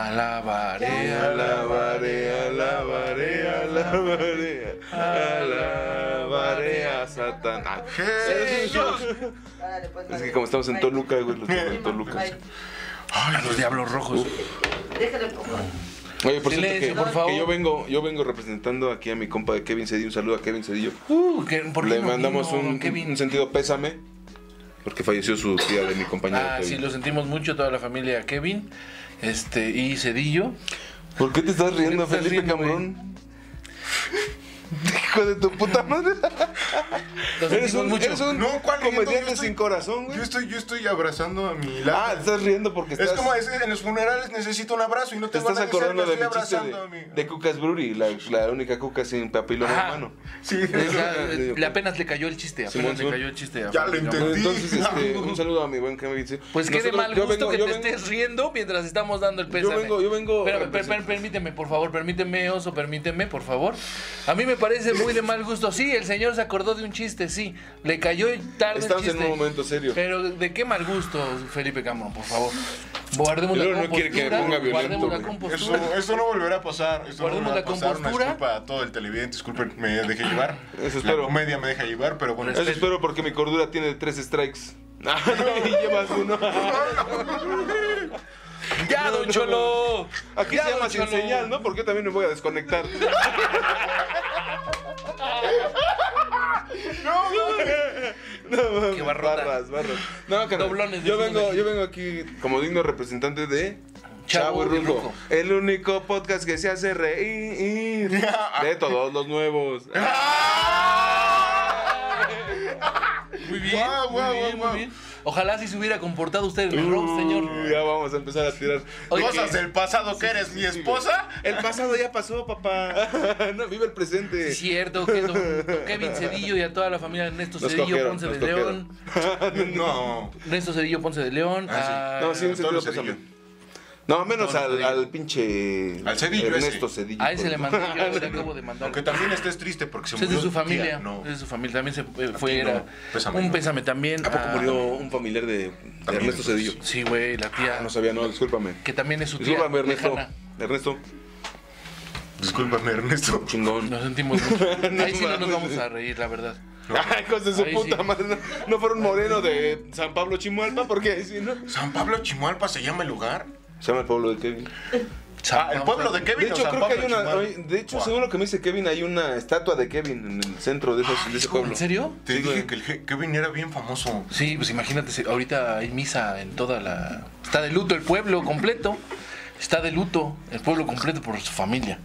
[SPEAKER 5] Alabaré.
[SPEAKER 4] Alabaré, alabaré, alabaré. Alabaré a Satán. Ah,
[SPEAKER 8] Órale, pues,
[SPEAKER 4] Es
[SPEAKER 8] vale.
[SPEAKER 4] que como estamos en
[SPEAKER 8] Bye.
[SPEAKER 4] Toluca, güey, los tengo en Toluca.
[SPEAKER 8] Bye.
[SPEAKER 5] A los diablos rojos.
[SPEAKER 8] Déjale un poco.
[SPEAKER 4] Oye, por cierto que,
[SPEAKER 5] Silencio, por favor.
[SPEAKER 4] que yo vengo, yo vengo representando aquí a mi compa de Kevin Cedillo. Un saludo a Kevin Cedillo.
[SPEAKER 5] Uh, ¿qué- ¿por qué
[SPEAKER 4] Le
[SPEAKER 5] no
[SPEAKER 4] mandamos
[SPEAKER 5] vino,
[SPEAKER 4] un,
[SPEAKER 5] don Kevin?
[SPEAKER 4] un sentido pésame. Porque falleció su tía de mi compañero
[SPEAKER 5] Ah, sí,
[SPEAKER 4] Kevin.
[SPEAKER 5] lo sentimos mucho toda la familia Kevin. Este, y Cedillo.
[SPEAKER 4] ¿Por qué te estás riendo,
[SPEAKER 5] ¿Por qué
[SPEAKER 4] Felipe
[SPEAKER 5] te estás riendo,
[SPEAKER 4] Cambrón? Hijo de tu puta madre.
[SPEAKER 5] Lo
[SPEAKER 4] Eres
[SPEAKER 5] sentimos
[SPEAKER 4] un,
[SPEAKER 5] mucho.
[SPEAKER 4] eres un
[SPEAKER 6] No, ¿cuál riendo? Yo
[SPEAKER 4] comediante
[SPEAKER 6] estoy-
[SPEAKER 4] sin corazón, güey.
[SPEAKER 6] Yo estoy, yo estoy abrazando a mi lado.
[SPEAKER 4] Ah, estás riendo porque
[SPEAKER 6] es
[SPEAKER 4] estás.
[SPEAKER 6] como es- en los funerales necesito un abrazo y no te,
[SPEAKER 4] Te estás
[SPEAKER 6] van a decir
[SPEAKER 4] acordando
[SPEAKER 6] que
[SPEAKER 4] de
[SPEAKER 6] estoy
[SPEAKER 4] mi chiste
[SPEAKER 6] abrazando a
[SPEAKER 4] de,
[SPEAKER 6] mi.
[SPEAKER 4] de Cucas Brewery, la, la única cuca sin papiloma
[SPEAKER 5] Ajá.
[SPEAKER 4] humano.
[SPEAKER 6] Sí,
[SPEAKER 5] Es la-
[SPEAKER 4] Sí, ok.
[SPEAKER 5] le apenas le cayó el chiste, apenas
[SPEAKER 4] Simón,
[SPEAKER 5] le
[SPEAKER 4] Simón.
[SPEAKER 5] cayó el chiste.
[SPEAKER 6] Ya
[SPEAKER 5] apenas
[SPEAKER 6] lo
[SPEAKER 5] le cayó.
[SPEAKER 6] entendí.
[SPEAKER 4] Entonces, este, un saludo a mi buen Kevin. Sí.
[SPEAKER 5] Pues qué de
[SPEAKER 4] Nosotros-
[SPEAKER 5] mal
[SPEAKER 4] yo
[SPEAKER 5] gusto
[SPEAKER 4] vengo-
[SPEAKER 5] que
[SPEAKER 4] yo
[SPEAKER 5] te
[SPEAKER 4] vengo-
[SPEAKER 5] estés riendo mientras estamos dando el pésame.
[SPEAKER 4] vengo- yo vengo-
[SPEAKER 5] Pero, per- per- permíteme, por favor, permíteme, oso, permíteme, por favor. A mí me parece muy de mal gusto. Sí, el señor se acordó de un chiste, sí. Le cayó tarde
[SPEAKER 4] Estamos
[SPEAKER 5] el
[SPEAKER 4] en
[SPEAKER 5] chiste.
[SPEAKER 4] un momento serio.
[SPEAKER 5] Pero de qué mal gusto, Felipe Cameron, por favor. Guardemos
[SPEAKER 4] Y
[SPEAKER 5] la
[SPEAKER 4] luego no
[SPEAKER 5] compostura.
[SPEAKER 4] quiere que me ponga violento,
[SPEAKER 5] guardemos la
[SPEAKER 4] güey.
[SPEAKER 5] compostura.
[SPEAKER 6] Eso, eso no volverá a pasar. Eso no
[SPEAKER 5] Guardemos
[SPEAKER 6] volverá
[SPEAKER 5] la
[SPEAKER 6] a pasar. Una
[SPEAKER 5] compostura.
[SPEAKER 6] disculpa a todo el televidente. Disculpen, me dejé llevar.
[SPEAKER 4] Eso espero.
[SPEAKER 6] La comedia me deja llevar, pero bueno.
[SPEAKER 4] Eso espero porque mi cordura tiene tres strikes. Ah, no, y llevas uno.
[SPEAKER 5] ¡Ya, don Cholo!
[SPEAKER 4] Aquí
[SPEAKER 5] Ya,
[SPEAKER 4] se llama
[SPEAKER 5] don
[SPEAKER 4] sin
[SPEAKER 5] Cholo.
[SPEAKER 4] señal, ¿no? Porque yo también me voy a desconectar.
[SPEAKER 5] ¡Qué barrota!
[SPEAKER 4] Barras, barras. No, carnal.
[SPEAKER 5] Doblones de
[SPEAKER 4] yo
[SPEAKER 5] fútbol
[SPEAKER 4] vengo,
[SPEAKER 5] aquí.
[SPEAKER 4] yo vengo aquí como digno representante de
[SPEAKER 5] Chavo
[SPEAKER 4] Chavo,
[SPEAKER 5] y
[SPEAKER 4] y Ruco.
[SPEAKER 5] Ruco.
[SPEAKER 4] El único podcast que se hace reír de todos los nuevos.
[SPEAKER 5] Muy bien,
[SPEAKER 6] Guau,
[SPEAKER 5] muy
[SPEAKER 6] guau,
[SPEAKER 5] bien,
[SPEAKER 6] guau,
[SPEAKER 5] muy
[SPEAKER 6] guau.
[SPEAKER 5] bien. Ojalá si se hubiera comportado usted en el rock, señor.
[SPEAKER 4] Ya vamos a empezar a tirar.
[SPEAKER 5] Oye,
[SPEAKER 6] Cosas
[SPEAKER 5] que-
[SPEAKER 6] del pasado que eres mi esposa.
[SPEAKER 4] El pasado ya pasó, papá. no, vive el presente.
[SPEAKER 5] Es cierto que don don Kevin Cedillo y a toda la familia de Ernesto
[SPEAKER 4] Nos
[SPEAKER 5] Cedillo
[SPEAKER 4] cogieron,
[SPEAKER 5] Ponce
[SPEAKER 4] nos
[SPEAKER 5] de
[SPEAKER 4] cogieron.
[SPEAKER 5] León.
[SPEAKER 6] No.
[SPEAKER 5] Ernesto Cedillo Ponce de León.
[SPEAKER 6] Ah,
[SPEAKER 5] a,
[SPEAKER 4] No, sí, en
[SPEAKER 6] Todos
[SPEAKER 4] serio,
[SPEAKER 6] los
[SPEAKER 4] pésame.
[SPEAKER 6] Cedillo.
[SPEAKER 4] No, menos
[SPEAKER 5] Todos los
[SPEAKER 4] al,
[SPEAKER 5] Cedillo.
[SPEAKER 4] al pinche.
[SPEAKER 6] Al Cedillo ese.
[SPEAKER 4] Ernesto Cedillo.
[SPEAKER 5] a ese le mandé yo, le acabo de mandar.
[SPEAKER 6] Aunque también estés triste porque se
[SPEAKER 5] Ese es
[SPEAKER 6] murió.
[SPEAKER 5] de su
[SPEAKER 6] tu tía,
[SPEAKER 5] familia.
[SPEAKER 6] No.
[SPEAKER 5] ese Es de su familia. También se eh, fue.
[SPEAKER 6] no.
[SPEAKER 5] Era
[SPEAKER 6] Pésame,
[SPEAKER 5] un
[SPEAKER 6] no.
[SPEAKER 5] pésame también.
[SPEAKER 4] ¿A poco
[SPEAKER 5] a-
[SPEAKER 4] murió un familiar de, de
[SPEAKER 6] También.
[SPEAKER 4] Ernesto Cedillo?
[SPEAKER 5] Sí, güey, la tía.
[SPEAKER 4] Ah, No sabía, no, discúlpame.
[SPEAKER 5] Que también es su tía.
[SPEAKER 4] Discúlpame, Ernesto.
[SPEAKER 5] lejana.
[SPEAKER 4] Ernesto,
[SPEAKER 6] Discúlpame, Ernesto.
[SPEAKER 4] chingón.
[SPEAKER 5] Nos sentimos mucho.
[SPEAKER 4] No
[SPEAKER 5] Ahí sí no nos
[SPEAKER 4] mames.
[SPEAKER 5] vamos a reír, la verdad.
[SPEAKER 4] Ay, hijos de su
[SPEAKER 5] Ahí
[SPEAKER 4] puta
[SPEAKER 5] sí.
[SPEAKER 4] madre. No, no fueron moreno de San Pablo Chimualpa, porque ahí sí, ¿no?
[SPEAKER 6] ¿San Pablo Chimalpa se llama el lugar?
[SPEAKER 4] Se llama el pueblo de Kevin.
[SPEAKER 6] Ah, el pueblo de Kevin.
[SPEAKER 4] De
[SPEAKER 6] o
[SPEAKER 4] hecho,
[SPEAKER 6] San
[SPEAKER 4] creo que hay
[SPEAKER 6] Pablo
[SPEAKER 4] una.
[SPEAKER 6] Chimalpa?
[SPEAKER 4] oye, De hecho, según lo que me dice Kevin, hay una estatua de Kevin en el centro de, esos- de ese pueblo.
[SPEAKER 5] ¿En serio?
[SPEAKER 6] Te dije que el Ge- Kevin era bien famoso.
[SPEAKER 5] Sí, pues imagínate, si ahorita hay misa en toda la... Está de luto el pueblo completo. Está de luto el pueblo completo por su familia.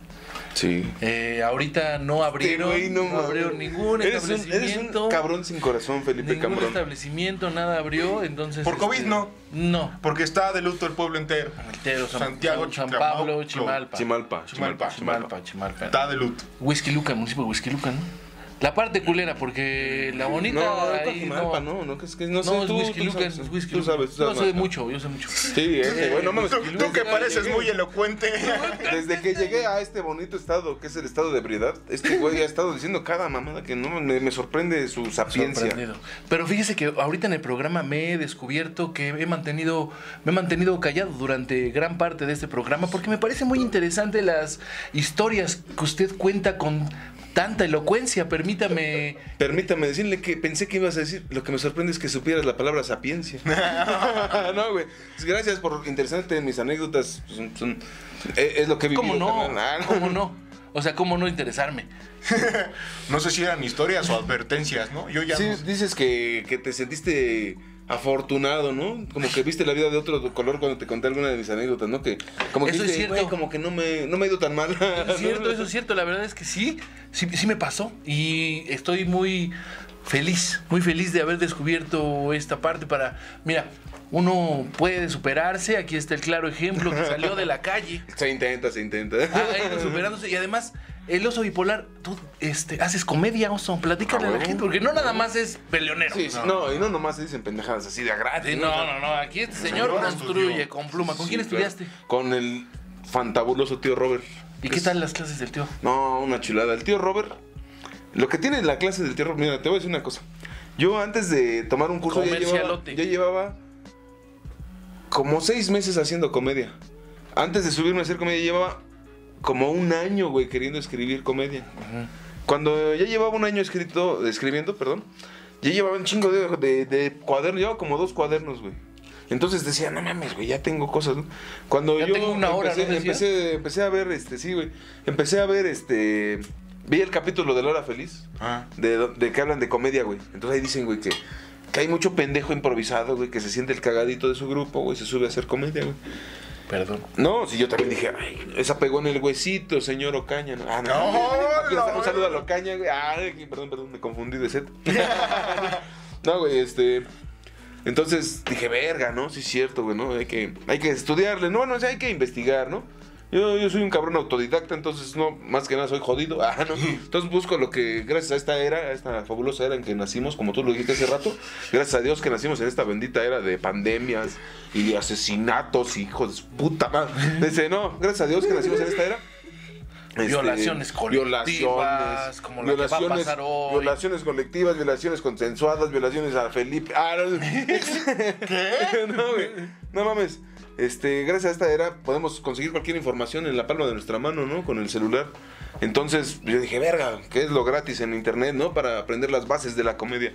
[SPEAKER 4] Sí.
[SPEAKER 5] Eh, ahorita no
[SPEAKER 4] Este
[SPEAKER 5] abrieron,
[SPEAKER 4] güey,
[SPEAKER 5] no
[SPEAKER 4] mames.
[SPEAKER 5] abrieron ningún
[SPEAKER 4] Eres un- Eres
[SPEAKER 5] establecimiento.
[SPEAKER 4] un cabrón sin corazón, Felipe
[SPEAKER 5] Ningún
[SPEAKER 4] Cabrón.
[SPEAKER 5] establecimiento, nada abrió, entonces... este,
[SPEAKER 6] Por COVID no.
[SPEAKER 5] No.
[SPEAKER 6] Porque está de luto el pueblo entero.
[SPEAKER 5] Altero, San,
[SPEAKER 6] Santiago,
[SPEAKER 5] San
[SPEAKER 6] Chiclamauco.
[SPEAKER 5] Pablo, Chimalpa.
[SPEAKER 4] Chimalpa.
[SPEAKER 6] Chimalpa.
[SPEAKER 5] Chimalpa, Chimalpa.
[SPEAKER 6] Está de luto.
[SPEAKER 5] Whisky Luca, el municipio de Whisky Luca, ¿no? La parte culera, porque la bonita...
[SPEAKER 4] No, ahorita
[SPEAKER 5] ahí,
[SPEAKER 4] Chimalpa, no, no, que es que no
[SPEAKER 5] No,
[SPEAKER 4] sé.
[SPEAKER 5] es
[SPEAKER 4] tú-
[SPEAKER 5] Whisky
[SPEAKER 4] tú
[SPEAKER 5] Luca,
[SPEAKER 4] sabes,
[SPEAKER 5] es Whisky
[SPEAKER 4] Tú
[SPEAKER 5] Luca.
[SPEAKER 4] sabes, tú
[SPEAKER 5] Yo
[SPEAKER 4] sabes.
[SPEAKER 5] sé
[SPEAKER 4] más.
[SPEAKER 5] mucho, yo sé mucho.
[SPEAKER 4] Sí, este, güey, no mames.
[SPEAKER 6] Tú, tú que pareces muy elocuente.
[SPEAKER 4] Desde que llegué a este bonito estado, que es el estado de ebriedad, este güey ha estado diciendo cada mamada que no me, me sorprende su sapiencia.
[SPEAKER 5] Sorprendido. Pero fíjese que ahorita en el programa me he descubierto que he mantenido, me he mantenido callado durante gran parte de este programa porque me parece muy interesante las historias que usted cuenta con tanta elocuencia. Permítame.
[SPEAKER 4] Permítame decirle que pensé que ibas a decir, lo que me sorprende es que supieras la palabra sapiencia. no, güey. pues, Gracias por interesante en mis anécdotas. pues, son- son- eh, es, es lo que he vivido.
[SPEAKER 5] ¿Cómo no?
[SPEAKER 4] carnal.
[SPEAKER 5] ¿Cómo no? O sea, ¿cómo no interesarme?
[SPEAKER 6] No sé si eran historias o advertencias, ¿no? Yo ya
[SPEAKER 4] Sí,
[SPEAKER 6] no-
[SPEAKER 4] dices que, que te sentiste afortunado, ¿no? Como que viste la vida de otro color cuando te conté alguna de mis anécdotas, ¿no? Que como que
[SPEAKER 5] Eso es
[SPEAKER 4] dijiste,
[SPEAKER 5] cierto.
[SPEAKER 4] "Güey, como que no me, no me ha ido tan mal.
[SPEAKER 5] Eso es cierto, eso es cierto. La verdad es que sí, sí, sí me pasó. Y estoy muy feliz, muy feliz de haber descubierto esta parte para... Mira, uno puede superarse. Aquí está el claro ejemplo que salió de la calle.
[SPEAKER 4] Se intenta, se intenta.
[SPEAKER 5] ha ido superándose. Y además, el oso bipolar, tú este, haces comedia, oso. Platícale a la gente, porque no nada más es peleonero.
[SPEAKER 4] Ah, Sí, sí, no, y no nomás se dicen pendejadas así de a gratis.
[SPEAKER 5] Sí, No, no, no. Aquí este señor
[SPEAKER 6] Señor
[SPEAKER 5] construye
[SPEAKER 6] estudió.
[SPEAKER 5] con pluma. ¿Con
[SPEAKER 4] Sí,
[SPEAKER 5] quién
[SPEAKER 4] claro.
[SPEAKER 5] estudiaste?
[SPEAKER 4] Con el fantabuloso tío Robert.
[SPEAKER 5] ¿Y qué tal las clases del tío?
[SPEAKER 4] No, una chulada. El tío Robert, lo que tiene la clase del tío Robert, mira, te voy a decir una cosa. Yo antes de tomar un curso ya llevaba,
[SPEAKER 5] Comercialote.
[SPEAKER 4] ya llevaba como seis meses haciendo comedia. Antes de subirme a hacer comedia llevaba como un año, güey, queriendo escribir comedia. Cuando ya llevaba un año escrito, escribiendo, perdón, ya llevaba un chingo de, de, de cuadernos, llevaba como dos cuadernos, güey. Entonces decía, no mames, güey, ya tengo cosas, ¿no? Cuando
[SPEAKER 5] Ya
[SPEAKER 4] yo
[SPEAKER 5] tengo una hora,
[SPEAKER 4] empecé,
[SPEAKER 5] ¿no decías?
[SPEAKER 4] empecé, empecé a ver, este, sí, güey, empecé a ver, este, vi el capítulo de La Hora Feliz,
[SPEAKER 6] Ah.
[SPEAKER 4] de, de que hablan de comedia, güey. Entonces ahí dicen, güey, que, que hay mucho pendejo improvisado, güey, que se siente el cagadito de su grupo, güey, se sube a hacer comedia, güey.
[SPEAKER 5] Perdón.
[SPEAKER 4] No, si yo también dije, ay, esa pegó en el huesito, señor Ocaña. ¿no? Ah, no.
[SPEAKER 6] No, la
[SPEAKER 4] un saludo a Ocaña, güey. Ay, perdón, perdón, me confundí de set. no, güey, este. Entonces dije, verga, ¿no? Sí, es cierto, güey, ¿no? Hay que, hay que estudiarle, no, no, o sea, hay que investigar, ¿no? Yo, yo soy un cabrón autodidacta, entonces no, más que nada soy jodido. Ah, no. Entonces busco lo que, gracias a esta era, a esta fabulosa era en que nacimos, como tú lo dijiste hace rato, gracias a Dios que nacimos en esta bendita era de pandemias y de asesinatos, hijos de puta madre. Dice, no, gracias a Dios que nacimos en esta era. Este,
[SPEAKER 5] Violaciones colectivas, como la que va a pasar hoy.
[SPEAKER 4] Violaciones colectivas, violaciones consensuadas, violaciones a Felipe. Ah, no. no, güey, no mames. Este, gracias a esta era podemos conseguir cualquier información en la palma de nuestra mano, ¿no? Con el celular. Entonces yo dije, verga, ¿qué es lo gratis en internet, no? Para aprender las bases de la comedia.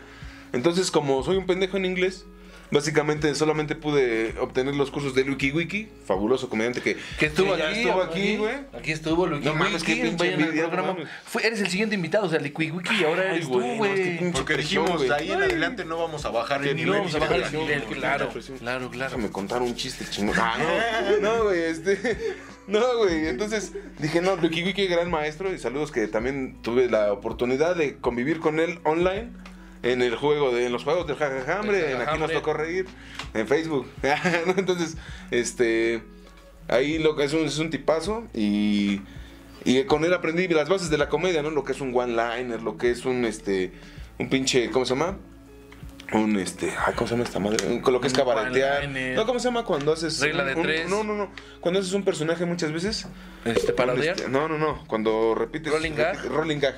[SPEAKER 4] Entonces, como soy un pendejo en inglés, básicamente solamente pude obtener los cursos de Lucky Wiki, fabuloso comediante que,
[SPEAKER 5] Que estuvo
[SPEAKER 4] que ya
[SPEAKER 5] aquí,
[SPEAKER 4] estuvo
[SPEAKER 5] aquí,
[SPEAKER 4] aquí, güey.
[SPEAKER 5] Aquí estuvo Luigi.
[SPEAKER 4] No mames, qué pinche
[SPEAKER 5] vayan al
[SPEAKER 4] envidia, no
[SPEAKER 5] programa.
[SPEAKER 4] mames.
[SPEAKER 5] Fue- eres el siguiente invitado, o sea, Liqui Wiki, y ahora
[SPEAKER 4] Ay,
[SPEAKER 5] eres
[SPEAKER 4] güey,
[SPEAKER 5] tú,
[SPEAKER 4] no,
[SPEAKER 5] güey.
[SPEAKER 4] qué pinche
[SPEAKER 6] Porque
[SPEAKER 4] presión,
[SPEAKER 6] dijimos,
[SPEAKER 4] güey.
[SPEAKER 6] de ahí en adelante no vamos a bajar el
[SPEAKER 5] Y
[SPEAKER 6] nivel.
[SPEAKER 5] no vamos a bajar
[SPEAKER 6] ni
[SPEAKER 5] el nivel, claro, claro, claro.
[SPEAKER 4] Déjame contar un chiste chingón. Ah, no, no, güey, este. No, güey, entonces dije, no, Lucky Wiki, gran maestro, y saludos que también tuve la oportunidad de convivir con él online en el juego, de, en los juegos del jajajambre, en Aquí nos
[SPEAKER 5] Jajajambre.
[SPEAKER 4] tocó reír, en Facebook. entonces, este, ahí lo que es un, es un tipazo y, y con él aprendí las bases de la comedia, ¿no? Lo que es un one-liner, lo que es un, este, un pinche, ¿cómo se llama? un este ay, cómo se llama esta madre Un- con lo que es
[SPEAKER 5] Un
[SPEAKER 4] cabaretear
[SPEAKER 5] one-liner.
[SPEAKER 4] no cómo se llama cuando haces
[SPEAKER 5] Regla
[SPEAKER 4] un-
[SPEAKER 5] de
[SPEAKER 4] un-
[SPEAKER 5] tres.
[SPEAKER 4] no no no cuando haces un personaje muchas veces
[SPEAKER 5] Este,
[SPEAKER 4] un,
[SPEAKER 5] parodiar.
[SPEAKER 4] este, no no no cuando repites
[SPEAKER 5] Rolling gag.
[SPEAKER 4] repi- rolling gag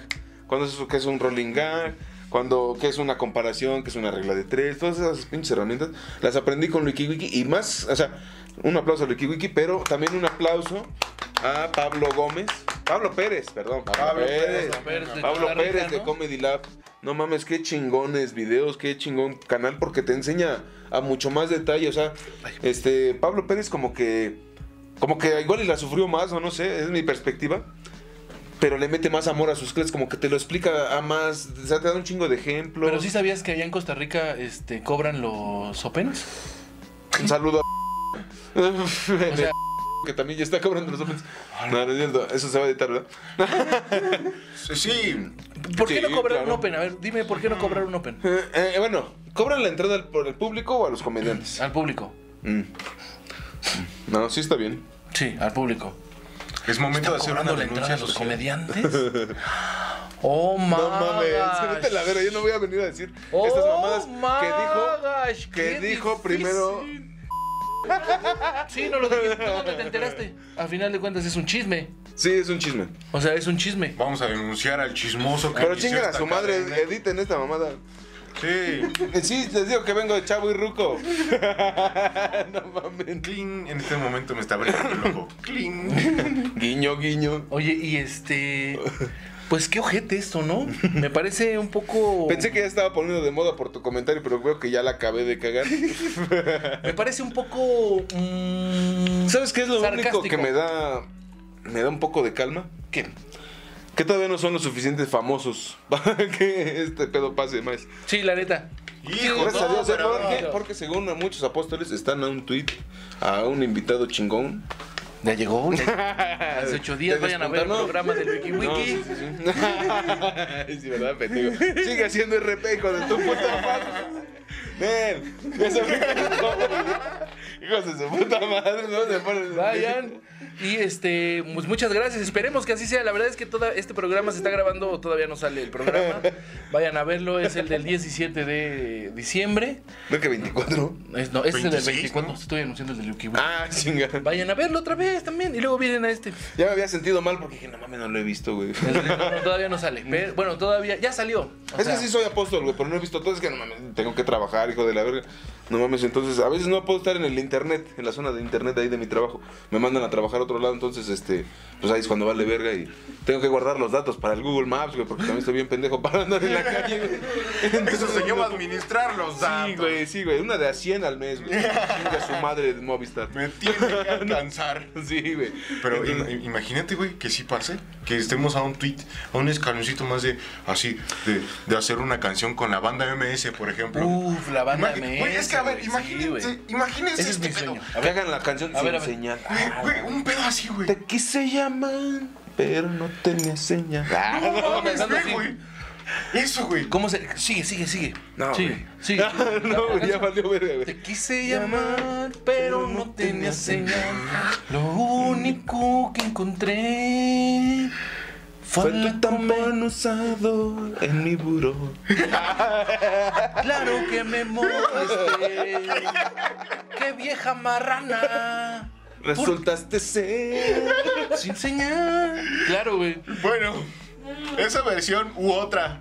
[SPEAKER 4] cuando haces que es un rolling gag cuando que es una comparación que es una regla de tres todas esas pinches herramientas las aprendí con Wiki Wiki y más o sea un aplauso a Wiki Wiki pero también un aplauso a Pablo Gómez Pablo Pérez perdón Pablo,
[SPEAKER 6] Pablo Pérez,
[SPEAKER 4] Pérez,
[SPEAKER 5] Pablo Pérez de
[SPEAKER 4] este, Pablo
[SPEAKER 5] Costa
[SPEAKER 4] Pérez
[SPEAKER 5] Rica,
[SPEAKER 4] de
[SPEAKER 5] ¿no?
[SPEAKER 4] Comedy Lab. No mames, qué chingones videos, qué chingón canal, porque te enseña a mucho más detalle. O sea, este, Pablo Pérez como que, como que igual y la sufrió más, o no sé, es mi perspectiva. Pero le mete más amor a sus clases, como que te lo explica a más, o sea, te da un chingo de ejemplos.
[SPEAKER 5] Pero sí sabías que allá en Costa Rica este, cobran los opens.
[SPEAKER 4] Un saludo a...
[SPEAKER 5] O sea,
[SPEAKER 4] que también ya está cobrando los hombres. No, no es cierto, eso se va a editar, ¿verdad?
[SPEAKER 6] Sí,
[SPEAKER 5] ¿por qué
[SPEAKER 4] Sí,
[SPEAKER 5] no cobrar un
[SPEAKER 4] claro.
[SPEAKER 5] open? A ver, dime, ¿por qué no cobrar un open?
[SPEAKER 4] Eh, eh, bueno, ¿cobran la entrada al, por el público o a los comediantes?
[SPEAKER 5] Al público.
[SPEAKER 4] Mm. No, sí está bien.
[SPEAKER 5] Sí, al público.
[SPEAKER 6] es momento de
[SPEAKER 5] ¿Están
[SPEAKER 6] hacer una
[SPEAKER 5] cobrando la entrada
[SPEAKER 6] denuncia
[SPEAKER 5] a los
[SPEAKER 6] social.
[SPEAKER 5] comediantes? Oh, Oh, my
[SPEAKER 4] No mames, vete a la verga, yo no voy a venir a decir estas mamadas que dijo, que dijo primero.
[SPEAKER 5] Sí, no lo dijiste. ¿Tú dónde te enteraste? Al final de cuentas es un chisme.
[SPEAKER 4] Sí, es un chisme.
[SPEAKER 5] O sea, es un chisme.
[SPEAKER 6] Vamos a denunciar al chismoso que
[SPEAKER 4] Pero
[SPEAKER 6] inició
[SPEAKER 4] chingan a
[SPEAKER 6] esta
[SPEAKER 4] su madre,
[SPEAKER 5] ¿eh?
[SPEAKER 6] cadena.
[SPEAKER 4] editen esta mamada.
[SPEAKER 6] Sí,
[SPEAKER 4] Eh, Sí, les digo que vengo de chavo y ruco. no mames.
[SPEAKER 6] clean. En este momento me está abriendo el ojo. Clean.
[SPEAKER 4] Guiño, guiño.
[SPEAKER 5] Oye, y este. Pues qué ojete esto, ¿no? Me parece un poco.
[SPEAKER 4] Pensé que ya estaba poniendo de moda por tu comentario, pero creo que ya la acabé de cagar.
[SPEAKER 5] Me parece un poco. mm,
[SPEAKER 4] ¿Sabes qué es lo
[SPEAKER 5] Sarcástico.
[SPEAKER 4] único que me da me da un poco de calma? ¿Qué? Que todavía no son lo suficientes famosos para que este pedo pase más.
[SPEAKER 5] Sí, la neta.
[SPEAKER 6] Hijo,
[SPEAKER 4] Gracias a
[SPEAKER 6] no,
[SPEAKER 4] Dios, ¿eh?
[SPEAKER 6] pero-
[SPEAKER 4] ¿Por qué? Porque según a muchos apóstoles están a un tweet a un invitado chingón.
[SPEAKER 5] Ya llegó. ya- Hace ocho días
[SPEAKER 4] Ah, Te
[SPEAKER 5] vayan a ver el
[SPEAKER 4] descontaron.
[SPEAKER 5] programa del Wiki
[SPEAKER 4] No,
[SPEAKER 5] Wiki.
[SPEAKER 4] sí, sí, sí. Sí, ¿verdad, pendejo? Sigue haciendo RP, hijo de tu puta madre. Ven, eso me Hijos de su puta madre, no se ponen.
[SPEAKER 5] Vayan. Y este, pues muchas gracias. Esperemos que así sea. La verdad es que todo este programa se está grabando, o todavía no sale el programa. Vayan a verlo, es el del 17 de diciembre.
[SPEAKER 4] ¿No que 24?
[SPEAKER 5] Es- no, este del
[SPEAKER 6] 26,
[SPEAKER 5] 24.
[SPEAKER 6] ¿no?
[SPEAKER 5] Estoy anunciando el del Yuki.
[SPEAKER 4] Ah, chinga.
[SPEAKER 5] Vayan a verlo otra vez también. Y luego vienen a este.
[SPEAKER 4] Ya me había sentido mal porque dije, no mames, no lo he visto, güey.
[SPEAKER 5] El del- no, todavía no sale. pero- bueno, todavía. Ya salió. O
[SPEAKER 4] Es
[SPEAKER 5] sea,
[SPEAKER 4] que sí soy apóstol, güey, pero no he visto todo. Es que no mames, tengo que trabajar, hijo de la verga. No mames, entonces a veces no puedo estar en el internet, en la zona de internet de ahí de mi trabajo. Me mandan a trabajar a otro lado, entonces, este, pues ahí es cuando vale verga y Tengo que guardar los datos para el Google Maps, güey, porque también estoy bien pendejo para andar en la calle, güey. eh.
[SPEAKER 6] Eso se llama administrar los datos.
[SPEAKER 4] Sí, güey, sí, güey. Una de a 100 al mes, güey. Chinga su madre de Movistar.
[SPEAKER 6] Me tiene que alcanzar.
[SPEAKER 4] Sí, güey.
[SPEAKER 6] Pero
[SPEAKER 4] Entonces-
[SPEAKER 6] im- imagínate, güey, que sí pase, que estemos a un tweet, a un escaloncito más de así, de, de hacer una canción con la banda MS, por ejemplo.
[SPEAKER 5] Uf, la Uh, banda
[SPEAKER 6] Imagi-
[SPEAKER 5] MS,
[SPEAKER 6] Güey, es que a ver,
[SPEAKER 5] güey, sí,
[SPEAKER 6] imagínense,
[SPEAKER 5] güey.
[SPEAKER 6] imagínense
[SPEAKER 5] Ese es
[SPEAKER 6] este
[SPEAKER 5] mi
[SPEAKER 6] pedo.
[SPEAKER 5] sueño. Ah.
[SPEAKER 4] A ver, hagan la canción
[SPEAKER 5] A
[SPEAKER 4] sin
[SPEAKER 5] ver, a ver.
[SPEAKER 4] señal.
[SPEAKER 6] Güey, güey, un pedo así, güey.
[SPEAKER 4] Te quise llamar, pero no tenía señal.
[SPEAKER 6] No mames,
[SPEAKER 5] pensando
[SPEAKER 6] ve,
[SPEAKER 5] así.
[SPEAKER 6] güey. Eso, güey.
[SPEAKER 5] ¿Cómo se.? Sigue, sigue, sigue.
[SPEAKER 4] No,
[SPEAKER 5] sigue,
[SPEAKER 4] güey.
[SPEAKER 5] sigue.
[SPEAKER 4] no, güey, ya valió verga, güey.
[SPEAKER 5] Te quise llamar, pero no tenía señal. Lo único que encontré fue
[SPEAKER 4] Fue
[SPEAKER 5] la
[SPEAKER 4] tu tampón usado en mi buró.
[SPEAKER 5] Claro que me molesté. ¡Qué vieja marrana!
[SPEAKER 4] Resultaste ser.
[SPEAKER 5] Sin señal. Claro, güey.
[SPEAKER 6] Bueno, esa versión u otra.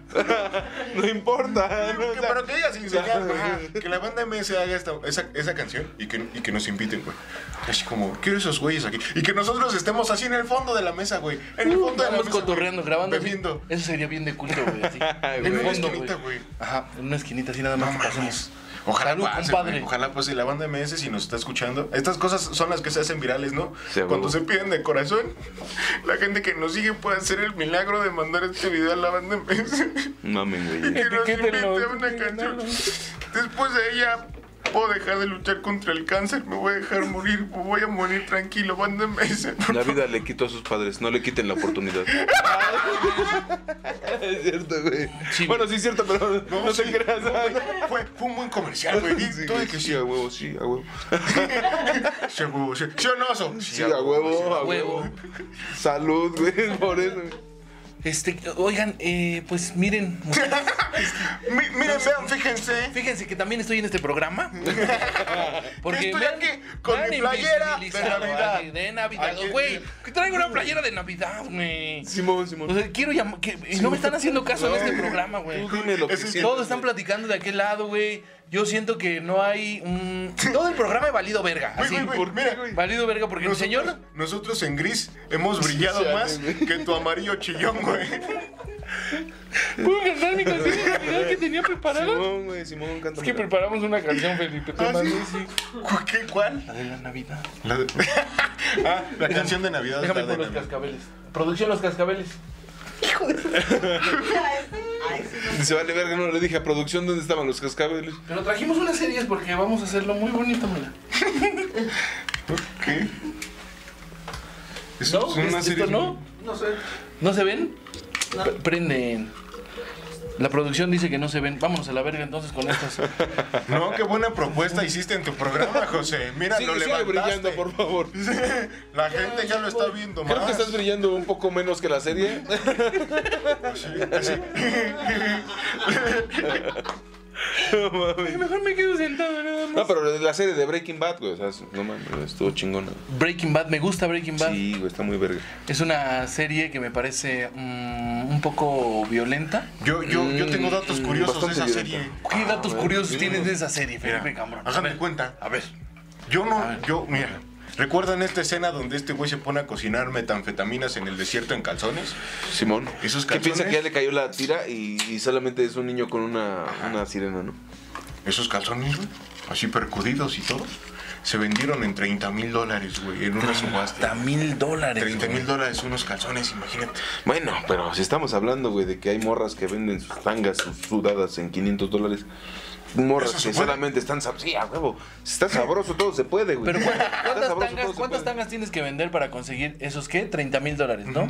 [SPEAKER 4] No
[SPEAKER 5] Ah,
[SPEAKER 4] importa.
[SPEAKER 6] Que- pero que digas sin señal,
[SPEAKER 4] Claro.
[SPEAKER 6] ajá, Que la banda MS haga esta- esa, esa canción y que, y que nos inviten, güey. Así como, quiero esos güeyes aquí. Y que nosotros estemos así en el fondo de la mesa, güey. En el fondo de la
[SPEAKER 5] Uh, Estamos
[SPEAKER 6] mesa.
[SPEAKER 5] cotorreando,
[SPEAKER 6] güey,
[SPEAKER 5] grabando. así.
[SPEAKER 6] Bebiendo.
[SPEAKER 5] Eso sería bien de culto, güey. así.
[SPEAKER 4] Ay,
[SPEAKER 5] En
[SPEAKER 6] En
[SPEAKER 5] el
[SPEAKER 6] una
[SPEAKER 5] fondo,
[SPEAKER 6] esquinita,
[SPEAKER 5] güey.
[SPEAKER 6] güey.
[SPEAKER 5] Ajá, en una esquinita así nada más
[SPEAKER 6] No
[SPEAKER 5] que
[SPEAKER 6] mames.
[SPEAKER 5] pasemos.
[SPEAKER 6] Ojalá
[SPEAKER 5] Salud,
[SPEAKER 6] pase,
[SPEAKER 5] compadre.
[SPEAKER 6] güey. Ojalá pase. La banda MS, si nos está escuchando. Estas cosas son las que se hacen virales, ¿no?
[SPEAKER 4] Sí, a
[SPEAKER 6] Cuando
[SPEAKER 4] huevo.
[SPEAKER 6] se piden de corazón, la gente que nos sigue puede hacer el milagro de mandar este video a la banda MS.
[SPEAKER 4] Mamen,
[SPEAKER 6] Y
[SPEAKER 4] güey.
[SPEAKER 6] nos
[SPEAKER 5] Etiquétenlo,
[SPEAKER 6] invite a una canción. Después de ella, puedo dejar de luchar contra el cáncer, me voy a dejar morir, me voy a morir tranquilo, mándame ese. por
[SPEAKER 4] La vida le quitó a sus padres, no le quiten la oportunidad. es cierto, güey.
[SPEAKER 5] Sí.
[SPEAKER 4] Bueno, sí es cierto, pero no,
[SPEAKER 6] favor.
[SPEAKER 4] te
[SPEAKER 6] Sí,
[SPEAKER 4] creas.
[SPEAKER 6] güey, Fue, fue un buen comercial, güey.
[SPEAKER 4] Sí,
[SPEAKER 6] Sí,
[SPEAKER 4] sí,
[SPEAKER 6] Todo de que
[SPEAKER 4] sí,
[SPEAKER 6] sí.
[SPEAKER 4] a huevo, sí, a huevo.
[SPEAKER 6] Sí, a huevo, sí. ¿Sí o no, oso?
[SPEAKER 4] Sí, a huevo, a
[SPEAKER 5] Huevo.
[SPEAKER 4] huevo. Salud, güey, por eso.
[SPEAKER 5] Este, oigan, eh, pues miren,
[SPEAKER 6] Mi- miren, vean, fíjense.
[SPEAKER 5] Fíjense que también estoy en este programa. Porque
[SPEAKER 6] Estoy
[SPEAKER 5] me han-
[SPEAKER 6] aquí con
[SPEAKER 5] me han
[SPEAKER 6] mi playera de
[SPEAKER 5] invisibilizado,
[SPEAKER 6] Navidad.
[SPEAKER 5] ay, De Navidad,
[SPEAKER 6] Aquí-
[SPEAKER 5] güey. Que traigo una playera de Navidad, güey.
[SPEAKER 4] Simón,
[SPEAKER 5] O
[SPEAKER 4] Simón.
[SPEAKER 5] sea, quiero llamar. que- y no me están haciendo caso en este programa, güey.
[SPEAKER 4] Tú dime lo que
[SPEAKER 6] Es el-
[SPEAKER 4] sientes.
[SPEAKER 5] Todos están platicando de aquel lado, güey. Yo siento que no hay. un- todo el programa he valido verga.
[SPEAKER 6] Güey,
[SPEAKER 5] Así.
[SPEAKER 6] güey, güey,
[SPEAKER 5] Por-
[SPEAKER 6] mira, güey.
[SPEAKER 5] Valido verga porque el señor.
[SPEAKER 6] nosotros en gris hemos brillado
[SPEAKER 4] Sí, sí,
[SPEAKER 6] más
[SPEAKER 4] güey.
[SPEAKER 6] que tu amarillo chillón, güey.
[SPEAKER 5] Puedo cantar mi canción de Navidad que tenía preparada.
[SPEAKER 4] Simón, güey, Simón, canta.
[SPEAKER 5] Es que preparamos una canción, Felipe. tú
[SPEAKER 6] ¿Ah, sí?
[SPEAKER 5] mandas, sí.
[SPEAKER 6] ¿Cu- ¿Qué, ¿Cuál?
[SPEAKER 5] La de la Navidad.
[SPEAKER 6] La, de- ah, la canción de Navidad. es
[SPEAKER 5] Déjame
[SPEAKER 6] la de
[SPEAKER 5] por los
[SPEAKER 6] Navidad.
[SPEAKER 5] cascabeles. Producción Los Cascabeles.
[SPEAKER 8] Ay, sí, no.
[SPEAKER 4] Se vale verga, no le dije a producción dónde estaban los cascabeles.
[SPEAKER 5] Pero trajimos unas series porque vamos a hacerlo muy bonito, mira.
[SPEAKER 6] ¿Qué? Eso
[SPEAKER 5] ¿No?
[SPEAKER 6] son
[SPEAKER 5] ¿Es-
[SPEAKER 6] unas
[SPEAKER 5] ¿Esto
[SPEAKER 6] series
[SPEAKER 5] no?
[SPEAKER 7] No sé.
[SPEAKER 5] ¿No se ven? P- Prenden. La producción dice que no se ven. Vámonos a la verga entonces con estas.
[SPEAKER 6] No, qué buena propuesta hiciste en tu programa, José. Mira,
[SPEAKER 4] Sí,
[SPEAKER 6] lo
[SPEAKER 4] sigue
[SPEAKER 6] levantaste.
[SPEAKER 4] brillando, por favor.
[SPEAKER 6] La gente ya lo está viendo más.
[SPEAKER 4] Creo que estás brillando un poco menos que la serie. No mames.
[SPEAKER 5] Mejor me quedo sentado nada
[SPEAKER 4] No, pero la serie de Breaking Bad, güey, o sea, no mames, estuvo chingona.
[SPEAKER 5] Breaking Bad, me gusta Breaking Bad.
[SPEAKER 4] Sí, güey, está muy verga.
[SPEAKER 5] Es una serie que me parece mm, un poco violenta.
[SPEAKER 6] Yo, yo, yo tengo datos
[SPEAKER 4] Mm,
[SPEAKER 6] curiosos de esa
[SPEAKER 4] bastante
[SPEAKER 6] serie.
[SPEAKER 4] violenta.
[SPEAKER 5] ¿Qué datos
[SPEAKER 4] güey,
[SPEAKER 5] curiosos
[SPEAKER 4] sí,
[SPEAKER 5] tienes
[SPEAKER 4] no.
[SPEAKER 5] de esa serie, Felipe
[SPEAKER 6] Mira,
[SPEAKER 5] Cambrón?
[SPEAKER 6] hagan de cuenta. A ver. Yo no, yo, mira. ¿Recuerdan esta escena donde este güey se pone a cocinar metanfetaminas en el desierto en calzones?
[SPEAKER 4] Simón.
[SPEAKER 6] Esos
[SPEAKER 4] que piensa
[SPEAKER 6] calzones.
[SPEAKER 4] que ya le cayó la tira y, y solamente es un niño con una, una sirena, ¿no?
[SPEAKER 6] Esos calzones, güey, así percudidos y todo, se vendieron en 30 mil dólares, güey, en una subasta.
[SPEAKER 5] mil dólares.
[SPEAKER 6] 30
[SPEAKER 5] güey.
[SPEAKER 6] mil dólares unos calzones, imagínate.
[SPEAKER 4] Bueno, pero si estamos hablando, güey, de que hay morras que venden sus tangas, sus sudadas en 500 dólares. Morras
[SPEAKER 6] Eso se
[SPEAKER 4] que
[SPEAKER 6] puede.
[SPEAKER 4] solamente están sab- Sí, a huevo. Si está sabroso, todo se puede, güey.
[SPEAKER 5] Pero
[SPEAKER 4] Si
[SPEAKER 5] ¿cuántas,
[SPEAKER 4] está
[SPEAKER 5] cuántas
[SPEAKER 4] sabroso,
[SPEAKER 5] tangas,
[SPEAKER 4] todo se
[SPEAKER 5] cuántas
[SPEAKER 4] puede.
[SPEAKER 5] tangas tienes que vender para conseguir esos qué? 30 mil dólares, ¿no?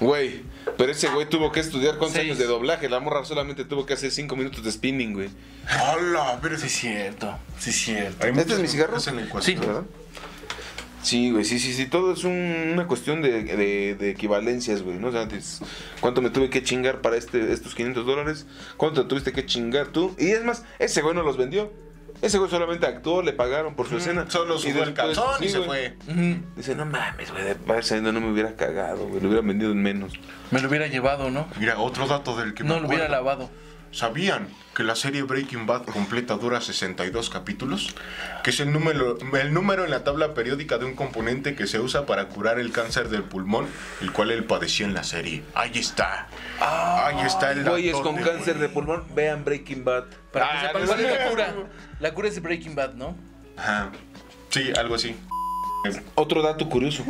[SPEAKER 4] Güey, pero ese güey tuvo que estudiar cuántos
[SPEAKER 5] Seis.
[SPEAKER 4] años de doblaje. La morra solamente tuvo que hacer 5 minutos de spinning, güey.
[SPEAKER 6] ¡Hala! Pero
[SPEAKER 5] Sí, cierto. Sí, cierto.
[SPEAKER 6] Hay muchas
[SPEAKER 4] ¿Este es mi cigarro?
[SPEAKER 6] cosas en el cuarto.
[SPEAKER 5] Sí.
[SPEAKER 4] ¿Verdad? Sí, güey, sí, sí, sí. Todo es un- una cuestión de, de- de equivalencias, güey. ¿no? O sea, dices, ¿cuánto me tuve que chingar para este, estos 500 dólares? ¿Cuánto te tuviste que chingar tú? Y es más, ese güey no los vendió. Ese güey solamente actuó, le pagaron por su escena.
[SPEAKER 6] Solo
[SPEAKER 4] Y
[SPEAKER 6] subió el
[SPEAKER 4] después-
[SPEAKER 6] calzón y
[SPEAKER 4] sí,
[SPEAKER 6] se
[SPEAKER 4] güey.
[SPEAKER 6] fue.
[SPEAKER 5] Ujú.
[SPEAKER 4] Dice, no mames, güey, de haber salido no me hubiera cagado, güey. Lo hubiera vendido en menos.
[SPEAKER 5] Me lo hubiera llevado, ¿no?
[SPEAKER 6] Mira, otro dato del que
[SPEAKER 5] No
[SPEAKER 6] me
[SPEAKER 5] lo hubiera
[SPEAKER 6] acuerdo.
[SPEAKER 5] lavado.
[SPEAKER 6] ¿Sabían que la serie Breaking Bad completa dura 62 capítulos? Que es el número, el número en la tabla periódica de un componente que se usa para curar el cáncer del pulmón, el cual él padeció en la serie. Ahí está. Ahí está el
[SPEAKER 4] Güeyes
[SPEAKER 6] datote,
[SPEAKER 4] Ah, con cáncer de
[SPEAKER 6] güey.
[SPEAKER 4] pulmón, vean Breaking Bad.
[SPEAKER 5] Para
[SPEAKER 4] Ah,
[SPEAKER 5] que sepan
[SPEAKER 4] no
[SPEAKER 5] cuál es
[SPEAKER 4] sé.
[SPEAKER 5] la cura. La cura es de Breaking Bad, ¿no?
[SPEAKER 6] Ajá. Sí, algo así.
[SPEAKER 4] Otro dato curioso.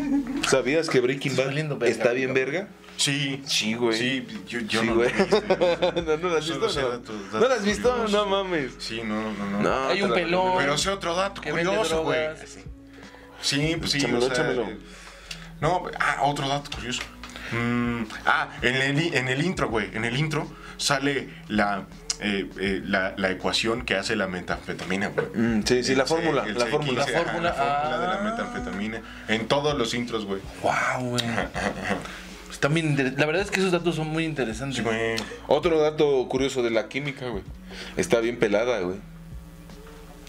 [SPEAKER 4] ¿Sabías que Breaking Bad
[SPEAKER 5] Oliendo verga,
[SPEAKER 4] está bien verga?
[SPEAKER 6] Sí.
[SPEAKER 4] Sí, güey.
[SPEAKER 6] Sí, yo, yo
[SPEAKER 4] sí,
[SPEAKER 6] no.
[SPEAKER 4] güey. no, no la has
[SPEAKER 6] Solo
[SPEAKER 4] visto.
[SPEAKER 6] sé
[SPEAKER 4] No,
[SPEAKER 6] datos-
[SPEAKER 4] ¿No
[SPEAKER 6] datos
[SPEAKER 4] la has visto, no
[SPEAKER 6] curiosos.
[SPEAKER 4] mames.
[SPEAKER 6] Sí, no, no, no.
[SPEAKER 4] No,
[SPEAKER 5] Hay
[SPEAKER 4] te
[SPEAKER 5] un
[SPEAKER 4] la-
[SPEAKER 5] pelón.
[SPEAKER 6] Pero sé otro dato
[SPEAKER 5] que vende
[SPEAKER 6] curioso, güey.
[SPEAKER 5] drogas.
[SPEAKER 6] Sí, pues sí.
[SPEAKER 4] Échamelo,
[SPEAKER 6] o sea,
[SPEAKER 4] échamelo.
[SPEAKER 6] eh, No, ah, otro dato curioso. Mm, ah, en el, i- en el intro, güey. En el intro sale la, eh, eh, la, la ecuación que hace la metanfetamina, güey.
[SPEAKER 4] Mm, sí, sí,
[SPEAKER 6] El
[SPEAKER 4] la
[SPEAKER 6] C-
[SPEAKER 4] fórmula,
[SPEAKER 6] el
[SPEAKER 4] la
[SPEAKER 6] CX,
[SPEAKER 4] fórmula.
[SPEAKER 6] ajá,
[SPEAKER 5] La fórmula,
[SPEAKER 6] la fórmula de la
[SPEAKER 5] ah.
[SPEAKER 6] metanfetamina. En todos los intros, güey.
[SPEAKER 5] Wow, güey. Pues también inter- la verdad es que esos datos son muy interesantes.
[SPEAKER 6] Sí, güey.
[SPEAKER 4] Otro dato curioso de la química, güey. Está bien pelada, güey.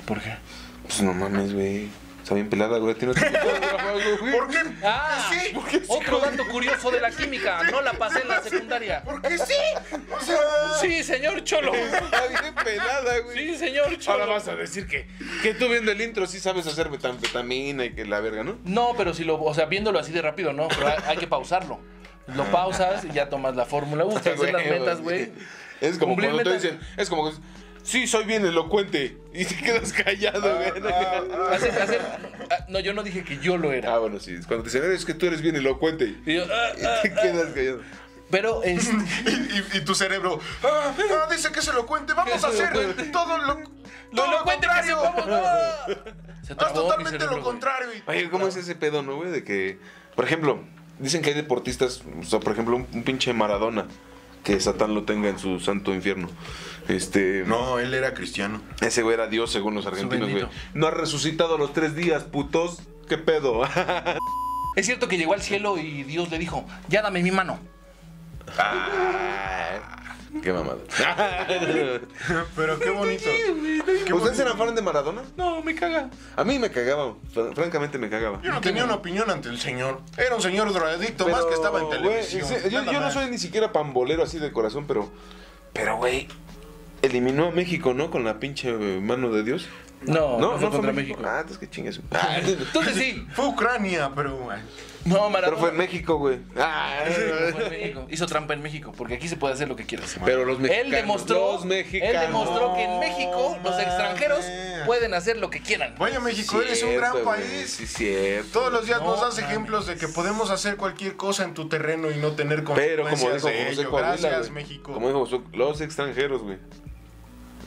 [SPEAKER 5] ¿Por qué?
[SPEAKER 4] Pues no mames, güey. Está bien pelada, güey. Tiene otro trabajo, güey.
[SPEAKER 6] ¿Por qué?
[SPEAKER 5] Ah,
[SPEAKER 6] ¿Por qué sí?
[SPEAKER 5] otro dato curioso de la química. No la pasé en la secundaria.
[SPEAKER 6] ¿Por qué sí? O sea,
[SPEAKER 5] Sí, señor Cholo.
[SPEAKER 4] Está bien pelada, güey.
[SPEAKER 5] Sí, señor
[SPEAKER 4] Ahora
[SPEAKER 5] Cholo.
[SPEAKER 4] vas a decir que, que tú viendo el intro sí sabes hacer metanfetamina y que la verga, ¿no?
[SPEAKER 5] No, pero si lo, o sea, viéndolo así de rápido, no, pero hay, hay que pausarlo. Lo pausas y ya tomas la fórmula. Uy, son las metas, güey.
[SPEAKER 4] Es como
[SPEAKER 5] Cumplir
[SPEAKER 4] cuando te
[SPEAKER 5] metas.
[SPEAKER 4] dicen, es como que, sí, soy bien elocuente. Y te quedas callado,
[SPEAKER 5] Ah,
[SPEAKER 4] güey.
[SPEAKER 5] Hacer- hacer- ah, no, yo no dije que yo lo
[SPEAKER 4] Ah,
[SPEAKER 5] era.
[SPEAKER 4] bueno, sí. es Cuando te dicen, es que tú eres bien elocuente.
[SPEAKER 5] Y yo, ah,
[SPEAKER 4] Y
[SPEAKER 5] ah,
[SPEAKER 4] te
[SPEAKER 5] ah.
[SPEAKER 4] quedas callado.
[SPEAKER 5] Pero este, es,
[SPEAKER 6] y, y- y tu cerebro. Ah, ah, dice que se lo cuente. Vamos
[SPEAKER 5] se
[SPEAKER 6] a
[SPEAKER 5] lo
[SPEAKER 6] hacer
[SPEAKER 5] cuente.
[SPEAKER 6] todo lo,
[SPEAKER 5] lo
[SPEAKER 6] todo lo
[SPEAKER 5] elocuente que
[SPEAKER 6] contrario.
[SPEAKER 5] sepamos, no. Se
[SPEAKER 6] Haz
[SPEAKER 5] trabó mi
[SPEAKER 6] totalmente
[SPEAKER 5] cerebro,
[SPEAKER 6] lo
[SPEAKER 5] güey.
[SPEAKER 6] contrario. y-
[SPEAKER 4] Oye, ¿cómo es ese pedo, no, güey? De que, por ejemplo, dicen que hay deportistas, o sea, por ejemplo, un, un pinche Maradona, que Satán lo tenga en su santo infierno. Este,
[SPEAKER 6] No, él era cristiano.
[SPEAKER 4] ese güey era Dios según los argentinos, güey.
[SPEAKER 5] bendito.
[SPEAKER 4] No ha resucitado a los tres días, putos. ¿Qué pedo?
[SPEAKER 5] Ah. Es cierto que llegó al cielo y Dios le dijo, ya dame mi mano.
[SPEAKER 4] Qué mamada.
[SPEAKER 6] Pero qué bonito.
[SPEAKER 4] ¿Ustedes eran fan de Maradona?
[SPEAKER 5] No, me caga.
[SPEAKER 4] A mí me cagaba, fr- francamente me cagaba.
[SPEAKER 6] Yo no tenía una opinión ante el señor. Era un señor drogadicto más
[SPEAKER 4] Pero,
[SPEAKER 6] que estaba en
[SPEAKER 4] güey,
[SPEAKER 6] televisión.
[SPEAKER 4] sí, yo
[SPEAKER 6] Nada
[SPEAKER 4] yo no
[SPEAKER 6] más.
[SPEAKER 4] soy ni siquiera pambolero así de corazón, pero. Pero, güey. Eliminó a México, ¿no? Con la pinche eh, mano de Dios.
[SPEAKER 5] No, no,
[SPEAKER 4] No,
[SPEAKER 5] fue
[SPEAKER 4] no
[SPEAKER 5] contra México.
[SPEAKER 4] Ah, entonces que chingues.
[SPEAKER 5] Entonces sí.
[SPEAKER 6] Fue Ucrania, pero. ay,
[SPEAKER 5] No, Maradona.
[SPEAKER 4] pero fue en México, güey. Ah,
[SPEAKER 5] Fue en México. Hizo trampa en México, porque aquí se puede hacer lo que quieras.
[SPEAKER 4] pero los mexicanos.
[SPEAKER 5] Él demostró,
[SPEAKER 4] Los mexicanos.
[SPEAKER 5] él demostró que en México los
[SPEAKER 6] mames.
[SPEAKER 5] extranjeros pueden hacer lo que quieran.
[SPEAKER 6] Vaya México, eres un
[SPEAKER 4] Cierto,
[SPEAKER 6] gran
[SPEAKER 4] güey,
[SPEAKER 6] país.
[SPEAKER 4] Sí, cierto.
[SPEAKER 6] Todos los días
[SPEAKER 5] No
[SPEAKER 6] nos das
[SPEAKER 5] mames.
[SPEAKER 6] ejemplos de que podemos hacer cualquier cosa en tu terreno y no tener
[SPEAKER 4] Pero como
[SPEAKER 6] consecuencias
[SPEAKER 4] dijo
[SPEAKER 6] de
[SPEAKER 4] José
[SPEAKER 6] ello.
[SPEAKER 4] Coahuila,
[SPEAKER 6] Gracias,
[SPEAKER 4] güey,
[SPEAKER 6] México.
[SPEAKER 4] Como dijo José, los extranjeros, güey.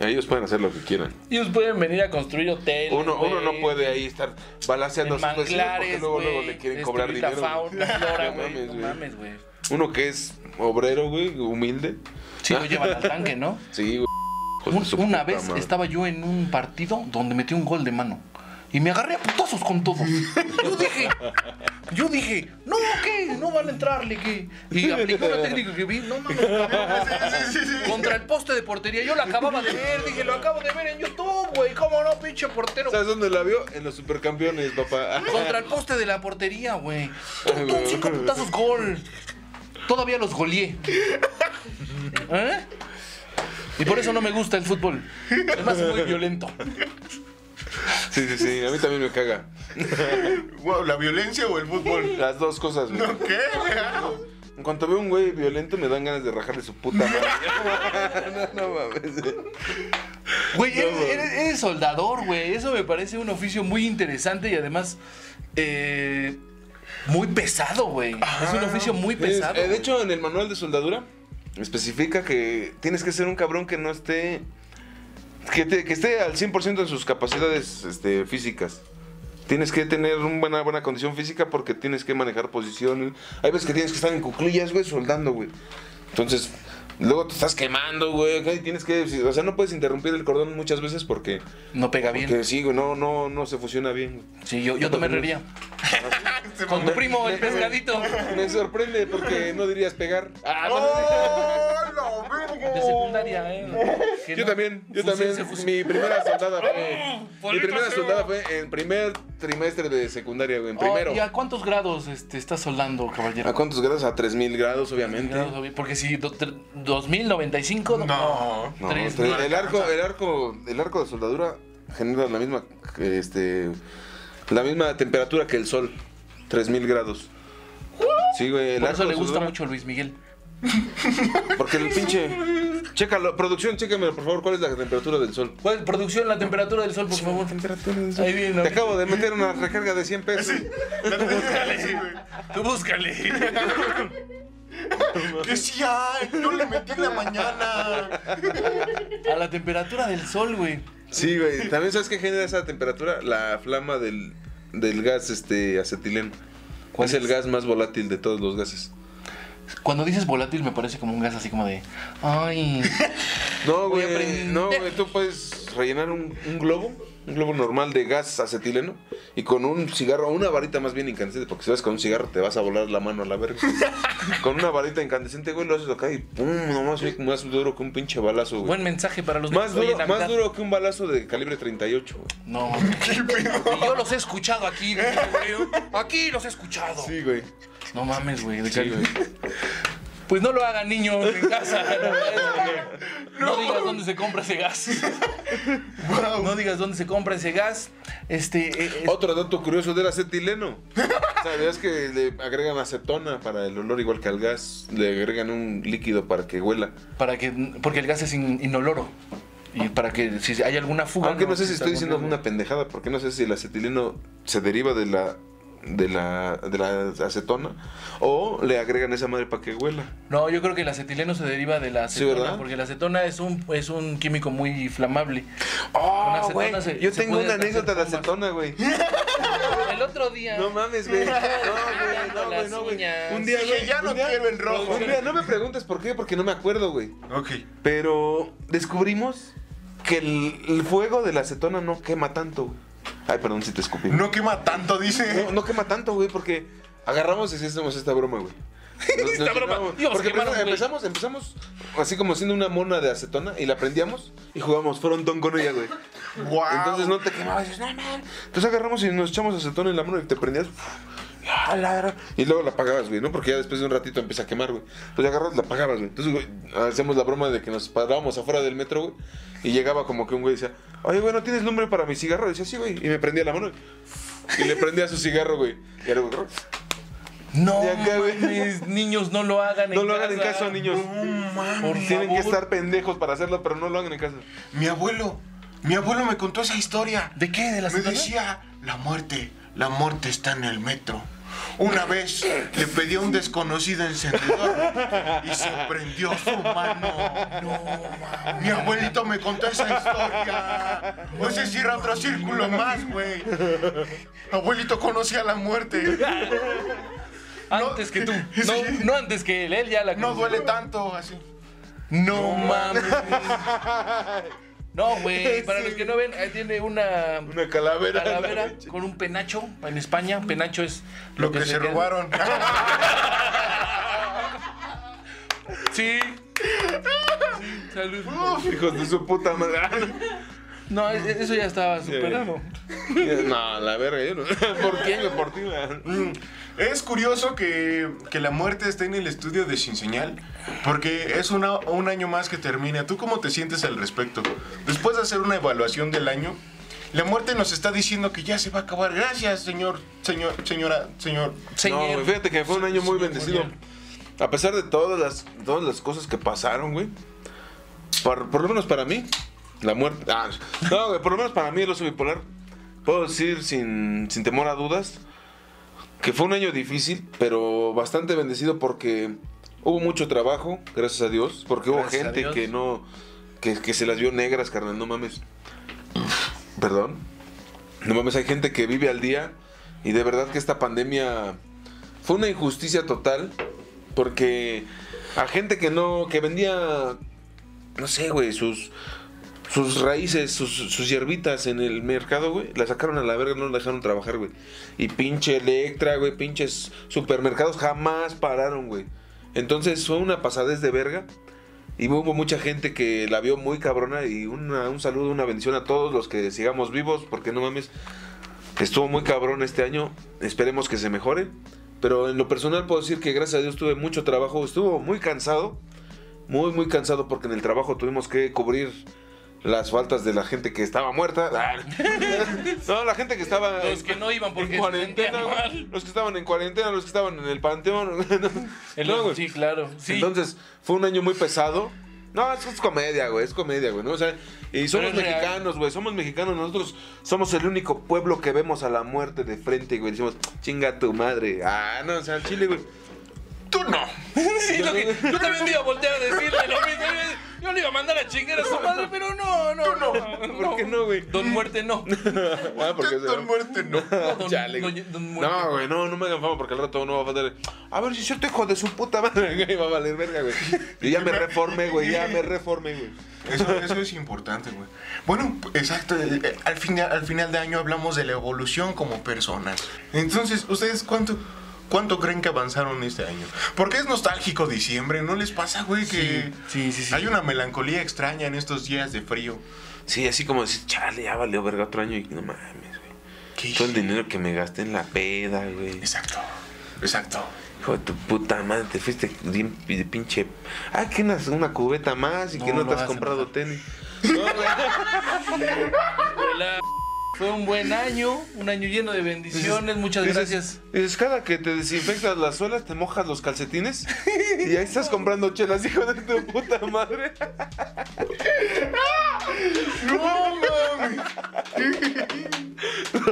[SPEAKER 4] Ellos pueden hacer lo que quieran.
[SPEAKER 5] Ellos pueden venir a construir hoteles.
[SPEAKER 4] Uno, uno
[SPEAKER 5] güey,
[SPEAKER 4] no puede ahí estar balaseando
[SPEAKER 5] En
[SPEAKER 4] a sus vecinos porque
[SPEAKER 5] manglares,
[SPEAKER 4] luego, luego
[SPEAKER 5] güey,
[SPEAKER 4] le quieren cobrar
[SPEAKER 5] destruir
[SPEAKER 4] dinero.
[SPEAKER 5] La fauna,
[SPEAKER 4] güey.
[SPEAKER 5] flora,
[SPEAKER 4] No
[SPEAKER 5] güey.
[SPEAKER 4] mames,
[SPEAKER 5] No
[SPEAKER 4] güey.
[SPEAKER 5] mames, güey.
[SPEAKER 4] Uno que es obrero, güey, humilde.
[SPEAKER 5] Sí, lo llevan al tanque, ¿no?
[SPEAKER 4] Sí, güey. Hijo de
[SPEAKER 5] Un-
[SPEAKER 4] su Pues puta
[SPEAKER 5] una vez
[SPEAKER 4] madre.
[SPEAKER 5] estaba yo en un partido donde metí un gol de mano. Y me agarré a putazos con todos. Yo dije, yo dije, no, ¿qué? No van a entrarle, ¿qué? Y aplicó una técnica que vi, no mames. Contra el poste de portería, yo lo acababa de ver, dije, lo acabo de ver en YouTube, güey. ¿Cómo no, pinche portero?
[SPEAKER 4] ¿Sabes dónde la vio? En los supercampeones, papá.
[SPEAKER 5] Contra el poste de la portería, güey. Tum, tum, Cinco putazos, gol. Todavía los goleé. ¿Eh? Y por eso no me gusta el fútbol. Es más, es muy violento.
[SPEAKER 4] Sí, sí, sí. A mí también me caga.
[SPEAKER 6] Wow, ¿La violencia o el fútbol?
[SPEAKER 4] Las dos cosas, güey.
[SPEAKER 6] ¿No qué? güey?
[SPEAKER 4] En cuanto veo un güey violento, me dan ganas de rajarle su puta madre. no, no mames.
[SPEAKER 5] Güey, eres, eres- eres soldador, güey. Eso me parece un oficio muy interesante y además eh, muy pesado, güey. Es un oficio muy pesado.
[SPEAKER 4] Es- eh, de
[SPEAKER 5] güey.
[SPEAKER 4] hecho, en el manual de soldadura especifica que tienes que ser un cabrón que no esté. Que, te- que esté al 100% en sus capacidades este, físicas. Tienes que tener una buena, buena condición física porque tienes que manejar posiciones. Hay veces que tienes que estar en cuclillas, güey, soldando, güey. Entonces, luego te estás quemando, güey. acá, y Tienes que. O sea, no puedes interrumpir el cordón muchas veces porque.
[SPEAKER 5] no pega bien.
[SPEAKER 4] Porque sí, güey, no, no, no se fusiona bien. güey.
[SPEAKER 5] Sí, yo, yo tomé reiría. Con tu primo, el pescadito.
[SPEAKER 4] Me sorprende porque no dirías pegar. Ah,
[SPEAKER 6] ¡Oh, la verga!
[SPEAKER 5] de secundaria, ¿eh? Que
[SPEAKER 4] Yo
[SPEAKER 5] no-
[SPEAKER 4] también, yo
[SPEAKER 5] fusil
[SPEAKER 4] también.
[SPEAKER 5] se fusil-
[SPEAKER 4] Mi primera soldada fue. mi primera soldada fue en primer trimestre de secundaria, güey. En primero.
[SPEAKER 5] Oh, ¿Y a cuántos grados este, estás soldando, caballero?
[SPEAKER 4] ¿A cuántos grados? A 3000 grados, obviamente.
[SPEAKER 5] Grados, obvio, Porque si do- tre- 2095.
[SPEAKER 6] No.
[SPEAKER 4] No,
[SPEAKER 5] Tres,
[SPEAKER 4] tres-
[SPEAKER 5] no
[SPEAKER 4] el arco, el arco, el arco de soldadura genera la misma, este, la misma temperatura que el sol, 3000 grados. Sí, güey, el
[SPEAKER 5] Por
[SPEAKER 4] arco
[SPEAKER 5] eso
[SPEAKER 4] de
[SPEAKER 5] le gusta
[SPEAKER 4] soldadura-
[SPEAKER 5] mucho a Luis Miguel.
[SPEAKER 4] Porque el pinche, chécalo, producción, chéquemelo por favor, ¿cuál es la temperatura del sol?
[SPEAKER 5] ¿Cuál Pues, producción la temperatura del sol, por favor? Ahí viene.
[SPEAKER 4] Te
[SPEAKER 5] ahorita.
[SPEAKER 4] acabo de meter una recarga de 100 pesos.
[SPEAKER 5] Tú búscale.
[SPEAKER 6] Que sí hay, yo le metí en la mañana.
[SPEAKER 5] A la temperatura del sol, güey.
[SPEAKER 4] Sí, güey, también sabes qué genera esa temperatura, la flama del, del gas, este, acetileno.
[SPEAKER 5] ¿Cuál
[SPEAKER 4] es el
[SPEAKER 5] es?
[SPEAKER 4] gas más volátil de todos los gases.
[SPEAKER 5] Cuando dices volátil me parece como un gas así como de. Ay.
[SPEAKER 4] No,
[SPEAKER 5] Voy a
[SPEAKER 4] güey.
[SPEAKER 5] aprender.
[SPEAKER 4] No, güey. Tú puedes rellenar un, un globo, un globo normal de gas acetileno, y con un cigarro, una varita más bien incandescente, porque si vas con un cigarro te vas a volar la mano a la verga. con una varita incandescente, güey, lo haces acá y pum, nomás güey, más duro que un pinche balazo, güey.
[SPEAKER 5] Buen mensaje para los
[SPEAKER 4] más
[SPEAKER 5] niños hoy
[SPEAKER 4] duro,
[SPEAKER 5] en
[SPEAKER 4] más
[SPEAKER 5] Navidad.
[SPEAKER 4] duro que un balazo de calibre 38, güey.
[SPEAKER 5] No. Y yo los he escuchado aquí, güey. Aquí los he escuchado.
[SPEAKER 4] Sí, güey.
[SPEAKER 5] No mames, güey. de
[SPEAKER 4] Sí,
[SPEAKER 5] que-
[SPEAKER 4] güey.
[SPEAKER 5] Pues no lo hagan niños en casa. No, No digas dónde se compra ese gas. No digas dónde se compra ese gas. Este. eh, eh,
[SPEAKER 4] Otro dato curioso del acetileno. ¿Sabías que le agregan acetona para el olor igual que al gas? Le agregan un líquido para que huela.
[SPEAKER 5] para que. Porque el gas es in- inoloro. Y para que si hay alguna fuga.
[SPEAKER 4] Aunque no sé si estoy diciendo
[SPEAKER 5] alguna
[SPEAKER 4] alguna pendejada, porque no sé si el acetileno se deriva de la de la, de la acetona o le agregan esa madre para que huela.
[SPEAKER 5] No, yo creo que el acetileno se deriva de la
[SPEAKER 4] Sí,
[SPEAKER 5] acetona,
[SPEAKER 4] ¿verdad?
[SPEAKER 5] porque la acetona es un, es un químico muy inflamable. Con
[SPEAKER 4] Oh,
[SPEAKER 6] Ah,
[SPEAKER 5] acetona
[SPEAKER 4] güey.
[SPEAKER 5] se-
[SPEAKER 4] Yo
[SPEAKER 5] se
[SPEAKER 4] tengo
[SPEAKER 5] puede
[SPEAKER 4] una
[SPEAKER 5] hacer
[SPEAKER 4] anécdota de
[SPEAKER 5] bombas.
[SPEAKER 4] acetona, güey.
[SPEAKER 6] ¿Eh?
[SPEAKER 5] El otro día.
[SPEAKER 4] No mames, güey. No, güey, no, güey,
[SPEAKER 5] Las
[SPEAKER 4] no, güey.
[SPEAKER 5] uñas.
[SPEAKER 4] Un día,
[SPEAKER 6] Dije,
[SPEAKER 4] güey.
[SPEAKER 6] ya no
[SPEAKER 4] un día-
[SPEAKER 6] quiero el rojo.
[SPEAKER 4] Un día, no me preguntes por qué, porque no me acuerdo, güey.
[SPEAKER 6] Ok.
[SPEAKER 4] Pero descubrimos que el, el fuego de la acetona no quema tanto. güey. Ay, perdón si te escupí.
[SPEAKER 6] No quema tanto,
[SPEAKER 4] No,
[SPEAKER 6] dice.
[SPEAKER 4] no quema tanto, güey, porque agarramos y hacemos esta broma, güey. Nos- nos
[SPEAKER 5] broma.
[SPEAKER 4] llenamos.
[SPEAKER 5] Íbamos a
[SPEAKER 4] Porque
[SPEAKER 5] quemar a un güey.
[SPEAKER 4] empezamos, empezamos así como siendo una mona de acetona y la prendíamos y jugamos frontón con ella, güey.
[SPEAKER 6] Wow.
[SPEAKER 4] Entonces no te quemabas, dices, no, man. Entonces agarramos y nos echamos acetona en la mano y te prendías. y a la verga, Y luego la apagabas, güey, ¿no? Porque ya después de un ratito empieza a quemar, güey. Entonces agarras, la apagabas, güey. Entonces, güey, hacíamos la broma de que nos parábamos afuera del metro, güey. Y llegaba como que un güey decía, oye, güey, ¿no tienes nombre para mi cigarro? Y decía, sí, güey. Y me prendía la mano y le prendía su cigarro, güey. Y era, güey,
[SPEAKER 5] No,
[SPEAKER 4] De acá, güey.
[SPEAKER 5] mames, niños, no lo hagan
[SPEAKER 4] No lo hagan en casa, niños.
[SPEAKER 5] Por
[SPEAKER 4] Tienen que
[SPEAKER 5] favor.
[SPEAKER 4] estar pendejos para hacerlo, pero no lo hagan en casa.
[SPEAKER 6] Mi abuelo, mi abuelo me contó esa historia.
[SPEAKER 5] ¿De qué? ¿De la
[SPEAKER 6] Me
[SPEAKER 5] acetona?
[SPEAKER 6] decía, la muerte, la muerte está en el metro. Una vez le pedí a un desconocido encendedor y se prendió su mano. Mi abuelito me contó esa historia. No sé si era otro círculo más, güey. Abuelito conocía la muerte.
[SPEAKER 5] Antes que tú.
[SPEAKER 6] Sí.
[SPEAKER 5] No, no antes que él, él ya la
[SPEAKER 6] No
[SPEAKER 5] conoce.
[SPEAKER 6] duele tanto así.
[SPEAKER 5] No mames. No, güey. Para los que no ven, ahí tiene una
[SPEAKER 4] Una calavera.
[SPEAKER 5] calavera con un penacho en España. Penacho es
[SPEAKER 6] Lo que se
[SPEAKER 5] queda.
[SPEAKER 6] robaron.
[SPEAKER 5] Sí. Sí, Salud.
[SPEAKER 4] Hijos de su puta madre.
[SPEAKER 5] No, es- eso ya estaba superado.
[SPEAKER 4] No, la verga, yo no. ¿Por quién? güey? Por ti, güey.
[SPEAKER 6] Es curioso que, que la muerte esté en el estudio de Sin Señal, porque es una- un año más que termina. ¿Tú cómo te sientes al respecto? Después de hacer una evaluación del año, la muerte nos está diciendo que ya se va a acabar. Gracias, señor, señor, señora, señor.
[SPEAKER 4] No,
[SPEAKER 5] Señor.
[SPEAKER 4] güey, fíjate que fue un año muy bendecido.
[SPEAKER 5] Julián.
[SPEAKER 4] A pesar de todas las, todas las cosas que pasaron, güey. Por, por lo menos para mí, la muerte. ah, no, güey, por lo menos para mí, el oso bipolar. Puedo decir sin, sin temor a dudas que fue un año difícil, pero bastante bendecido porque hubo mucho trabajo, gracias a Dios. Porque hubo
[SPEAKER 5] Gracias a
[SPEAKER 4] gente
[SPEAKER 5] Dios.
[SPEAKER 4] que no. Que, que se las vio negras, carnal, no mames. Perdón. No mames, hay gente que vive al día y de verdad que esta pandemia fue una injusticia total porque a gente que no que vendía no sé, güey, sus sus raíces, sus, sus hierbitas en el mercado, güey, la sacaron a la verga, no la dejaron trabajar, güey. Y pinche Electra, güey, pinches supermercados jamás pararon, güey. Entonces fue una pasadez de verga. Y hubo mucha gente que la vio muy cabrona. Y una- un saludo, una bendición a todos los que sigamos vivos. Porque no mames, estuvo muy cabrón este año. Esperemos que se mejore. Pero en lo personal puedo decir que gracias a Dios tuve mucho trabajo. Estuvo muy cansado. Muy, muy cansado porque en el trabajo tuvimos que cubrir las faltas de la gente que estaba muerta. No, la gente que estaba
[SPEAKER 5] Los que no iban porque
[SPEAKER 4] en
[SPEAKER 5] se
[SPEAKER 4] cuarentena,
[SPEAKER 5] sentían
[SPEAKER 4] güey.
[SPEAKER 5] mal.
[SPEAKER 4] los que estaban en cuarentena, los que estaban en el panteón.
[SPEAKER 5] El-
[SPEAKER 4] No, güey.
[SPEAKER 5] sí, claro. Sí.
[SPEAKER 4] Entonces, fue un año muy pesado. No, es, es comedia, güey, es comedia, güey, ¿no? O sea, y somos
[SPEAKER 5] es real.
[SPEAKER 4] mexicanos, güey, somos mexicanos, nosotros somos el único pueblo que vemos a la muerte de frente, güey, decimos, chinga tu madre. Ah, no, o sea, al Chile, güey.
[SPEAKER 6] Tú no.
[SPEAKER 5] Sí, lo que- yo también te iba a voltear a decirle lo mismo. Yo- Yo le iba a mandar a chingar a su madre, pero no, no, no.
[SPEAKER 4] ¿Por qué no, güey?
[SPEAKER 5] Don Muerte no.
[SPEAKER 4] Ah, porque
[SPEAKER 6] Tú
[SPEAKER 4] se-
[SPEAKER 6] no muerte no.
[SPEAKER 5] Don,
[SPEAKER 4] Chale,
[SPEAKER 5] don-
[SPEAKER 4] güey.
[SPEAKER 5] don Muerte.
[SPEAKER 4] No, güey, no, no me hagan fama porque al rato no va a faltar. A ver si es cierto, hijo de su puta madre, güey, va a valer verga, güey. Yo ya me reformé, güey, ya me reformé, güey.
[SPEAKER 6] Eso, eso es importante, güey. Bueno, exacto. eh, eh, Al, final, al final de año hablamos de la evolución como personas. Entonces, ¿ustedes cuánto, cuánto creen que avanzaron este año? Porque es nostálgico diciembre, ¿no les pasa, güey? Que
[SPEAKER 5] sí, sí, sí.
[SPEAKER 6] hay una melancolía extraña en estos días de frío.
[SPEAKER 4] Sí, así como decir, chale, ya valió verga otro año y no mames, güey.
[SPEAKER 6] ¿Qué?
[SPEAKER 4] Todo el dinero que me gasté en la peda, güey.
[SPEAKER 6] Exacto, exacto.
[SPEAKER 4] Hijo de tu puta madre, te fuiste bien pi- de pinche. Ah, que una, una cubeta más y que
[SPEAKER 5] No,
[SPEAKER 4] no
[SPEAKER 5] lo
[SPEAKER 4] te has
[SPEAKER 5] vas a
[SPEAKER 4] comprado
[SPEAKER 5] enojar.
[SPEAKER 4] tenis.
[SPEAKER 5] La- Fue un buen año, un año lleno de bendiciones. Muchas
[SPEAKER 4] Dices-
[SPEAKER 5] gracias.
[SPEAKER 4] Dices, cada que te desinfectas las suelas, te mojas los calcetines y ahí estás comprando chelas, hijo de tu puta madre.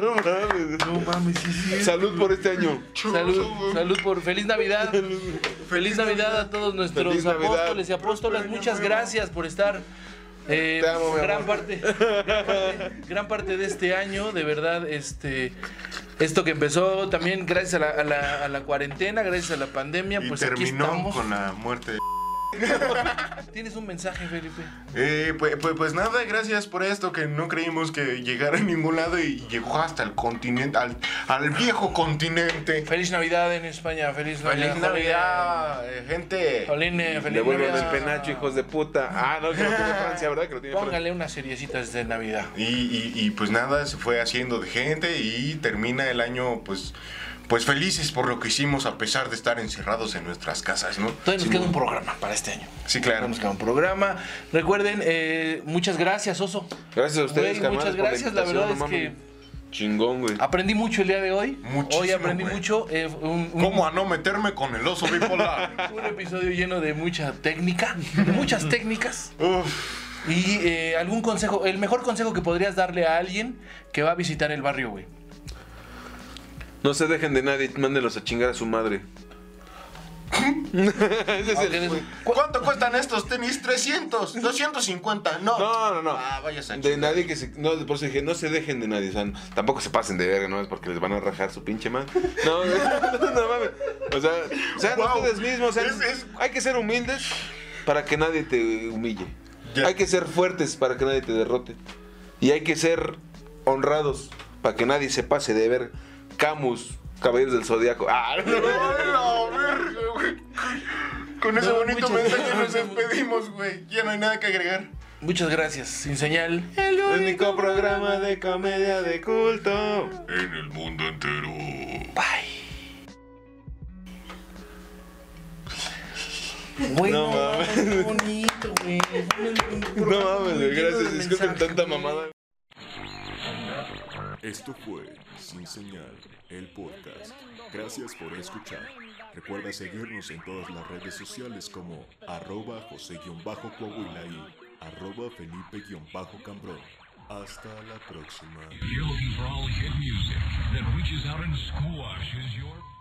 [SPEAKER 4] No mames.
[SPEAKER 5] No mames, sí, sí.
[SPEAKER 4] Salud por este año.
[SPEAKER 5] Salud, salud por feliz Navidad. Feliz Navidad a todos nuestros
[SPEAKER 4] Feliz Navidad.
[SPEAKER 5] apóstoles y apóstolas. Muchas gracias por estar. eh,
[SPEAKER 4] Te amo, mi
[SPEAKER 5] gran,
[SPEAKER 4] amor.
[SPEAKER 5] parte, gran parte gran parte de este año de verdad este esto que empezó también gracias a la, a la- a la cuarentena gracias a la pandemia
[SPEAKER 6] Y
[SPEAKER 5] pues aquí
[SPEAKER 6] terminó
[SPEAKER 5] estamos
[SPEAKER 6] con la muerte de
[SPEAKER 5] tienes un mensaje Felipe
[SPEAKER 6] Eh, pues, pues, pues nada, gracias por esto que no creímos que llegara a ningún lado y llegó hasta el continente, al, al viejo continente.
[SPEAKER 5] feliz Navidad en España feliz Navidad
[SPEAKER 6] Feliz Navidad, eh, gente.
[SPEAKER 5] Jolín, eh, feliz
[SPEAKER 4] Devuelvan el
[SPEAKER 5] Navidad.
[SPEAKER 4] penacho, hijos de puta. Ah, no, que lo tiene Francia, ¿verdad? Que lo tiene Francia.
[SPEAKER 5] póngale unas seriecitas de Navidad
[SPEAKER 6] Y, y- y, pues nada, se fue haciendo de gente y termina el año pues, pues felices por lo que hicimos a pesar de estar encerrados en nuestras casas, ¿no?
[SPEAKER 5] Todavía nos queda un programa para este año.
[SPEAKER 6] Sí, claro.
[SPEAKER 5] Todavía Nos queda un programa. Recuerden, eh, muchas gracias, Oso.
[SPEAKER 4] Gracias a ustedes,
[SPEAKER 5] Güey,
[SPEAKER 4] carnal,
[SPEAKER 5] Muchas
[SPEAKER 4] por la
[SPEAKER 5] gracias, la, verdad es
[SPEAKER 4] invitación, no
[SPEAKER 5] que
[SPEAKER 4] mames. Chingón, güey.
[SPEAKER 5] aprendí mucho el día de hoy.
[SPEAKER 6] Muchísimo,
[SPEAKER 5] hoy aprendí
[SPEAKER 6] güey.
[SPEAKER 5] mucho. eh, un, un-
[SPEAKER 6] ¿Cómo a no meterme con el oso bipolar?
[SPEAKER 5] un episodio lleno de mucha técnica, de muchas técnicas.
[SPEAKER 6] Uf,
[SPEAKER 5] Y eh, algún consejo, el mejor consejo que podrías darle a alguien que va a visitar el barrio, güey.
[SPEAKER 4] No se dejen de nadie, mándenlos a chingar a su madre. ¿Eh? Ese es el-
[SPEAKER 5] Aunque eres-
[SPEAKER 6] ¿Cuánto cuestan estos tenis? 300, 250, no.
[SPEAKER 4] No, no, no.
[SPEAKER 6] Ah, vayas a
[SPEAKER 4] de nadie que se. No, por eso dije, no se dejen de nadie. O sea, no- tampoco se pasen de verga, no es porque les van a rajar su pinche madre. No, no, no, no mames. O sea, sean
[SPEAKER 6] Wow.
[SPEAKER 4] ustedes mismos. sean-
[SPEAKER 6] Es- es-
[SPEAKER 4] Hay que ser humildes para que nadie te humille.
[SPEAKER 6] Ya.
[SPEAKER 4] Hay que ser fuertes para que nadie te derrote. Y hay que ser honrados para que nadie se pase de ver Camus, Caballeros del Zodíaco. Ah, no.
[SPEAKER 6] Ay, la verga, güey. Con ese
[SPEAKER 5] No,
[SPEAKER 6] bonito
[SPEAKER 5] muchas
[SPEAKER 6] mensaje nos
[SPEAKER 5] gracias.
[SPEAKER 6] despedimos, güey. Ya no hay nada que agregar.
[SPEAKER 5] Muchas gracias. Sin señal.
[SPEAKER 4] El único programa de comedia de culto.
[SPEAKER 2] En el mundo entero.
[SPEAKER 5] Güey,
[SPEAKER 4] No
[SPEAKER 5] mames, qué bonito, güey. Un- un
[SPEAKER 4] No
[SPEAKER 5] programa
[SPEAKER 4] mames,
[SPEAKER 5] muy
[SPEAKER 4] güey,
[SPEAKER 5] lleno de
[SPEAKER 4] gracias. Disculpen
[SPEAKER 5] mensajes,
[SPEAKER 4] tanta
[SPEAKER 5] güey.
[SPEAKER 4] mamada.
[SPEAKER 2] Esto fue Sin Señal, el podcast. Gracias por escuchar. Recuerda seguirnos en todas las redes sociales como arroba José-Coahuila y arroba Felipe-Cambrón. Hasta la próxima.
[SPEAKER 1] If you're looking for all the hit music that reaches out and squashes your...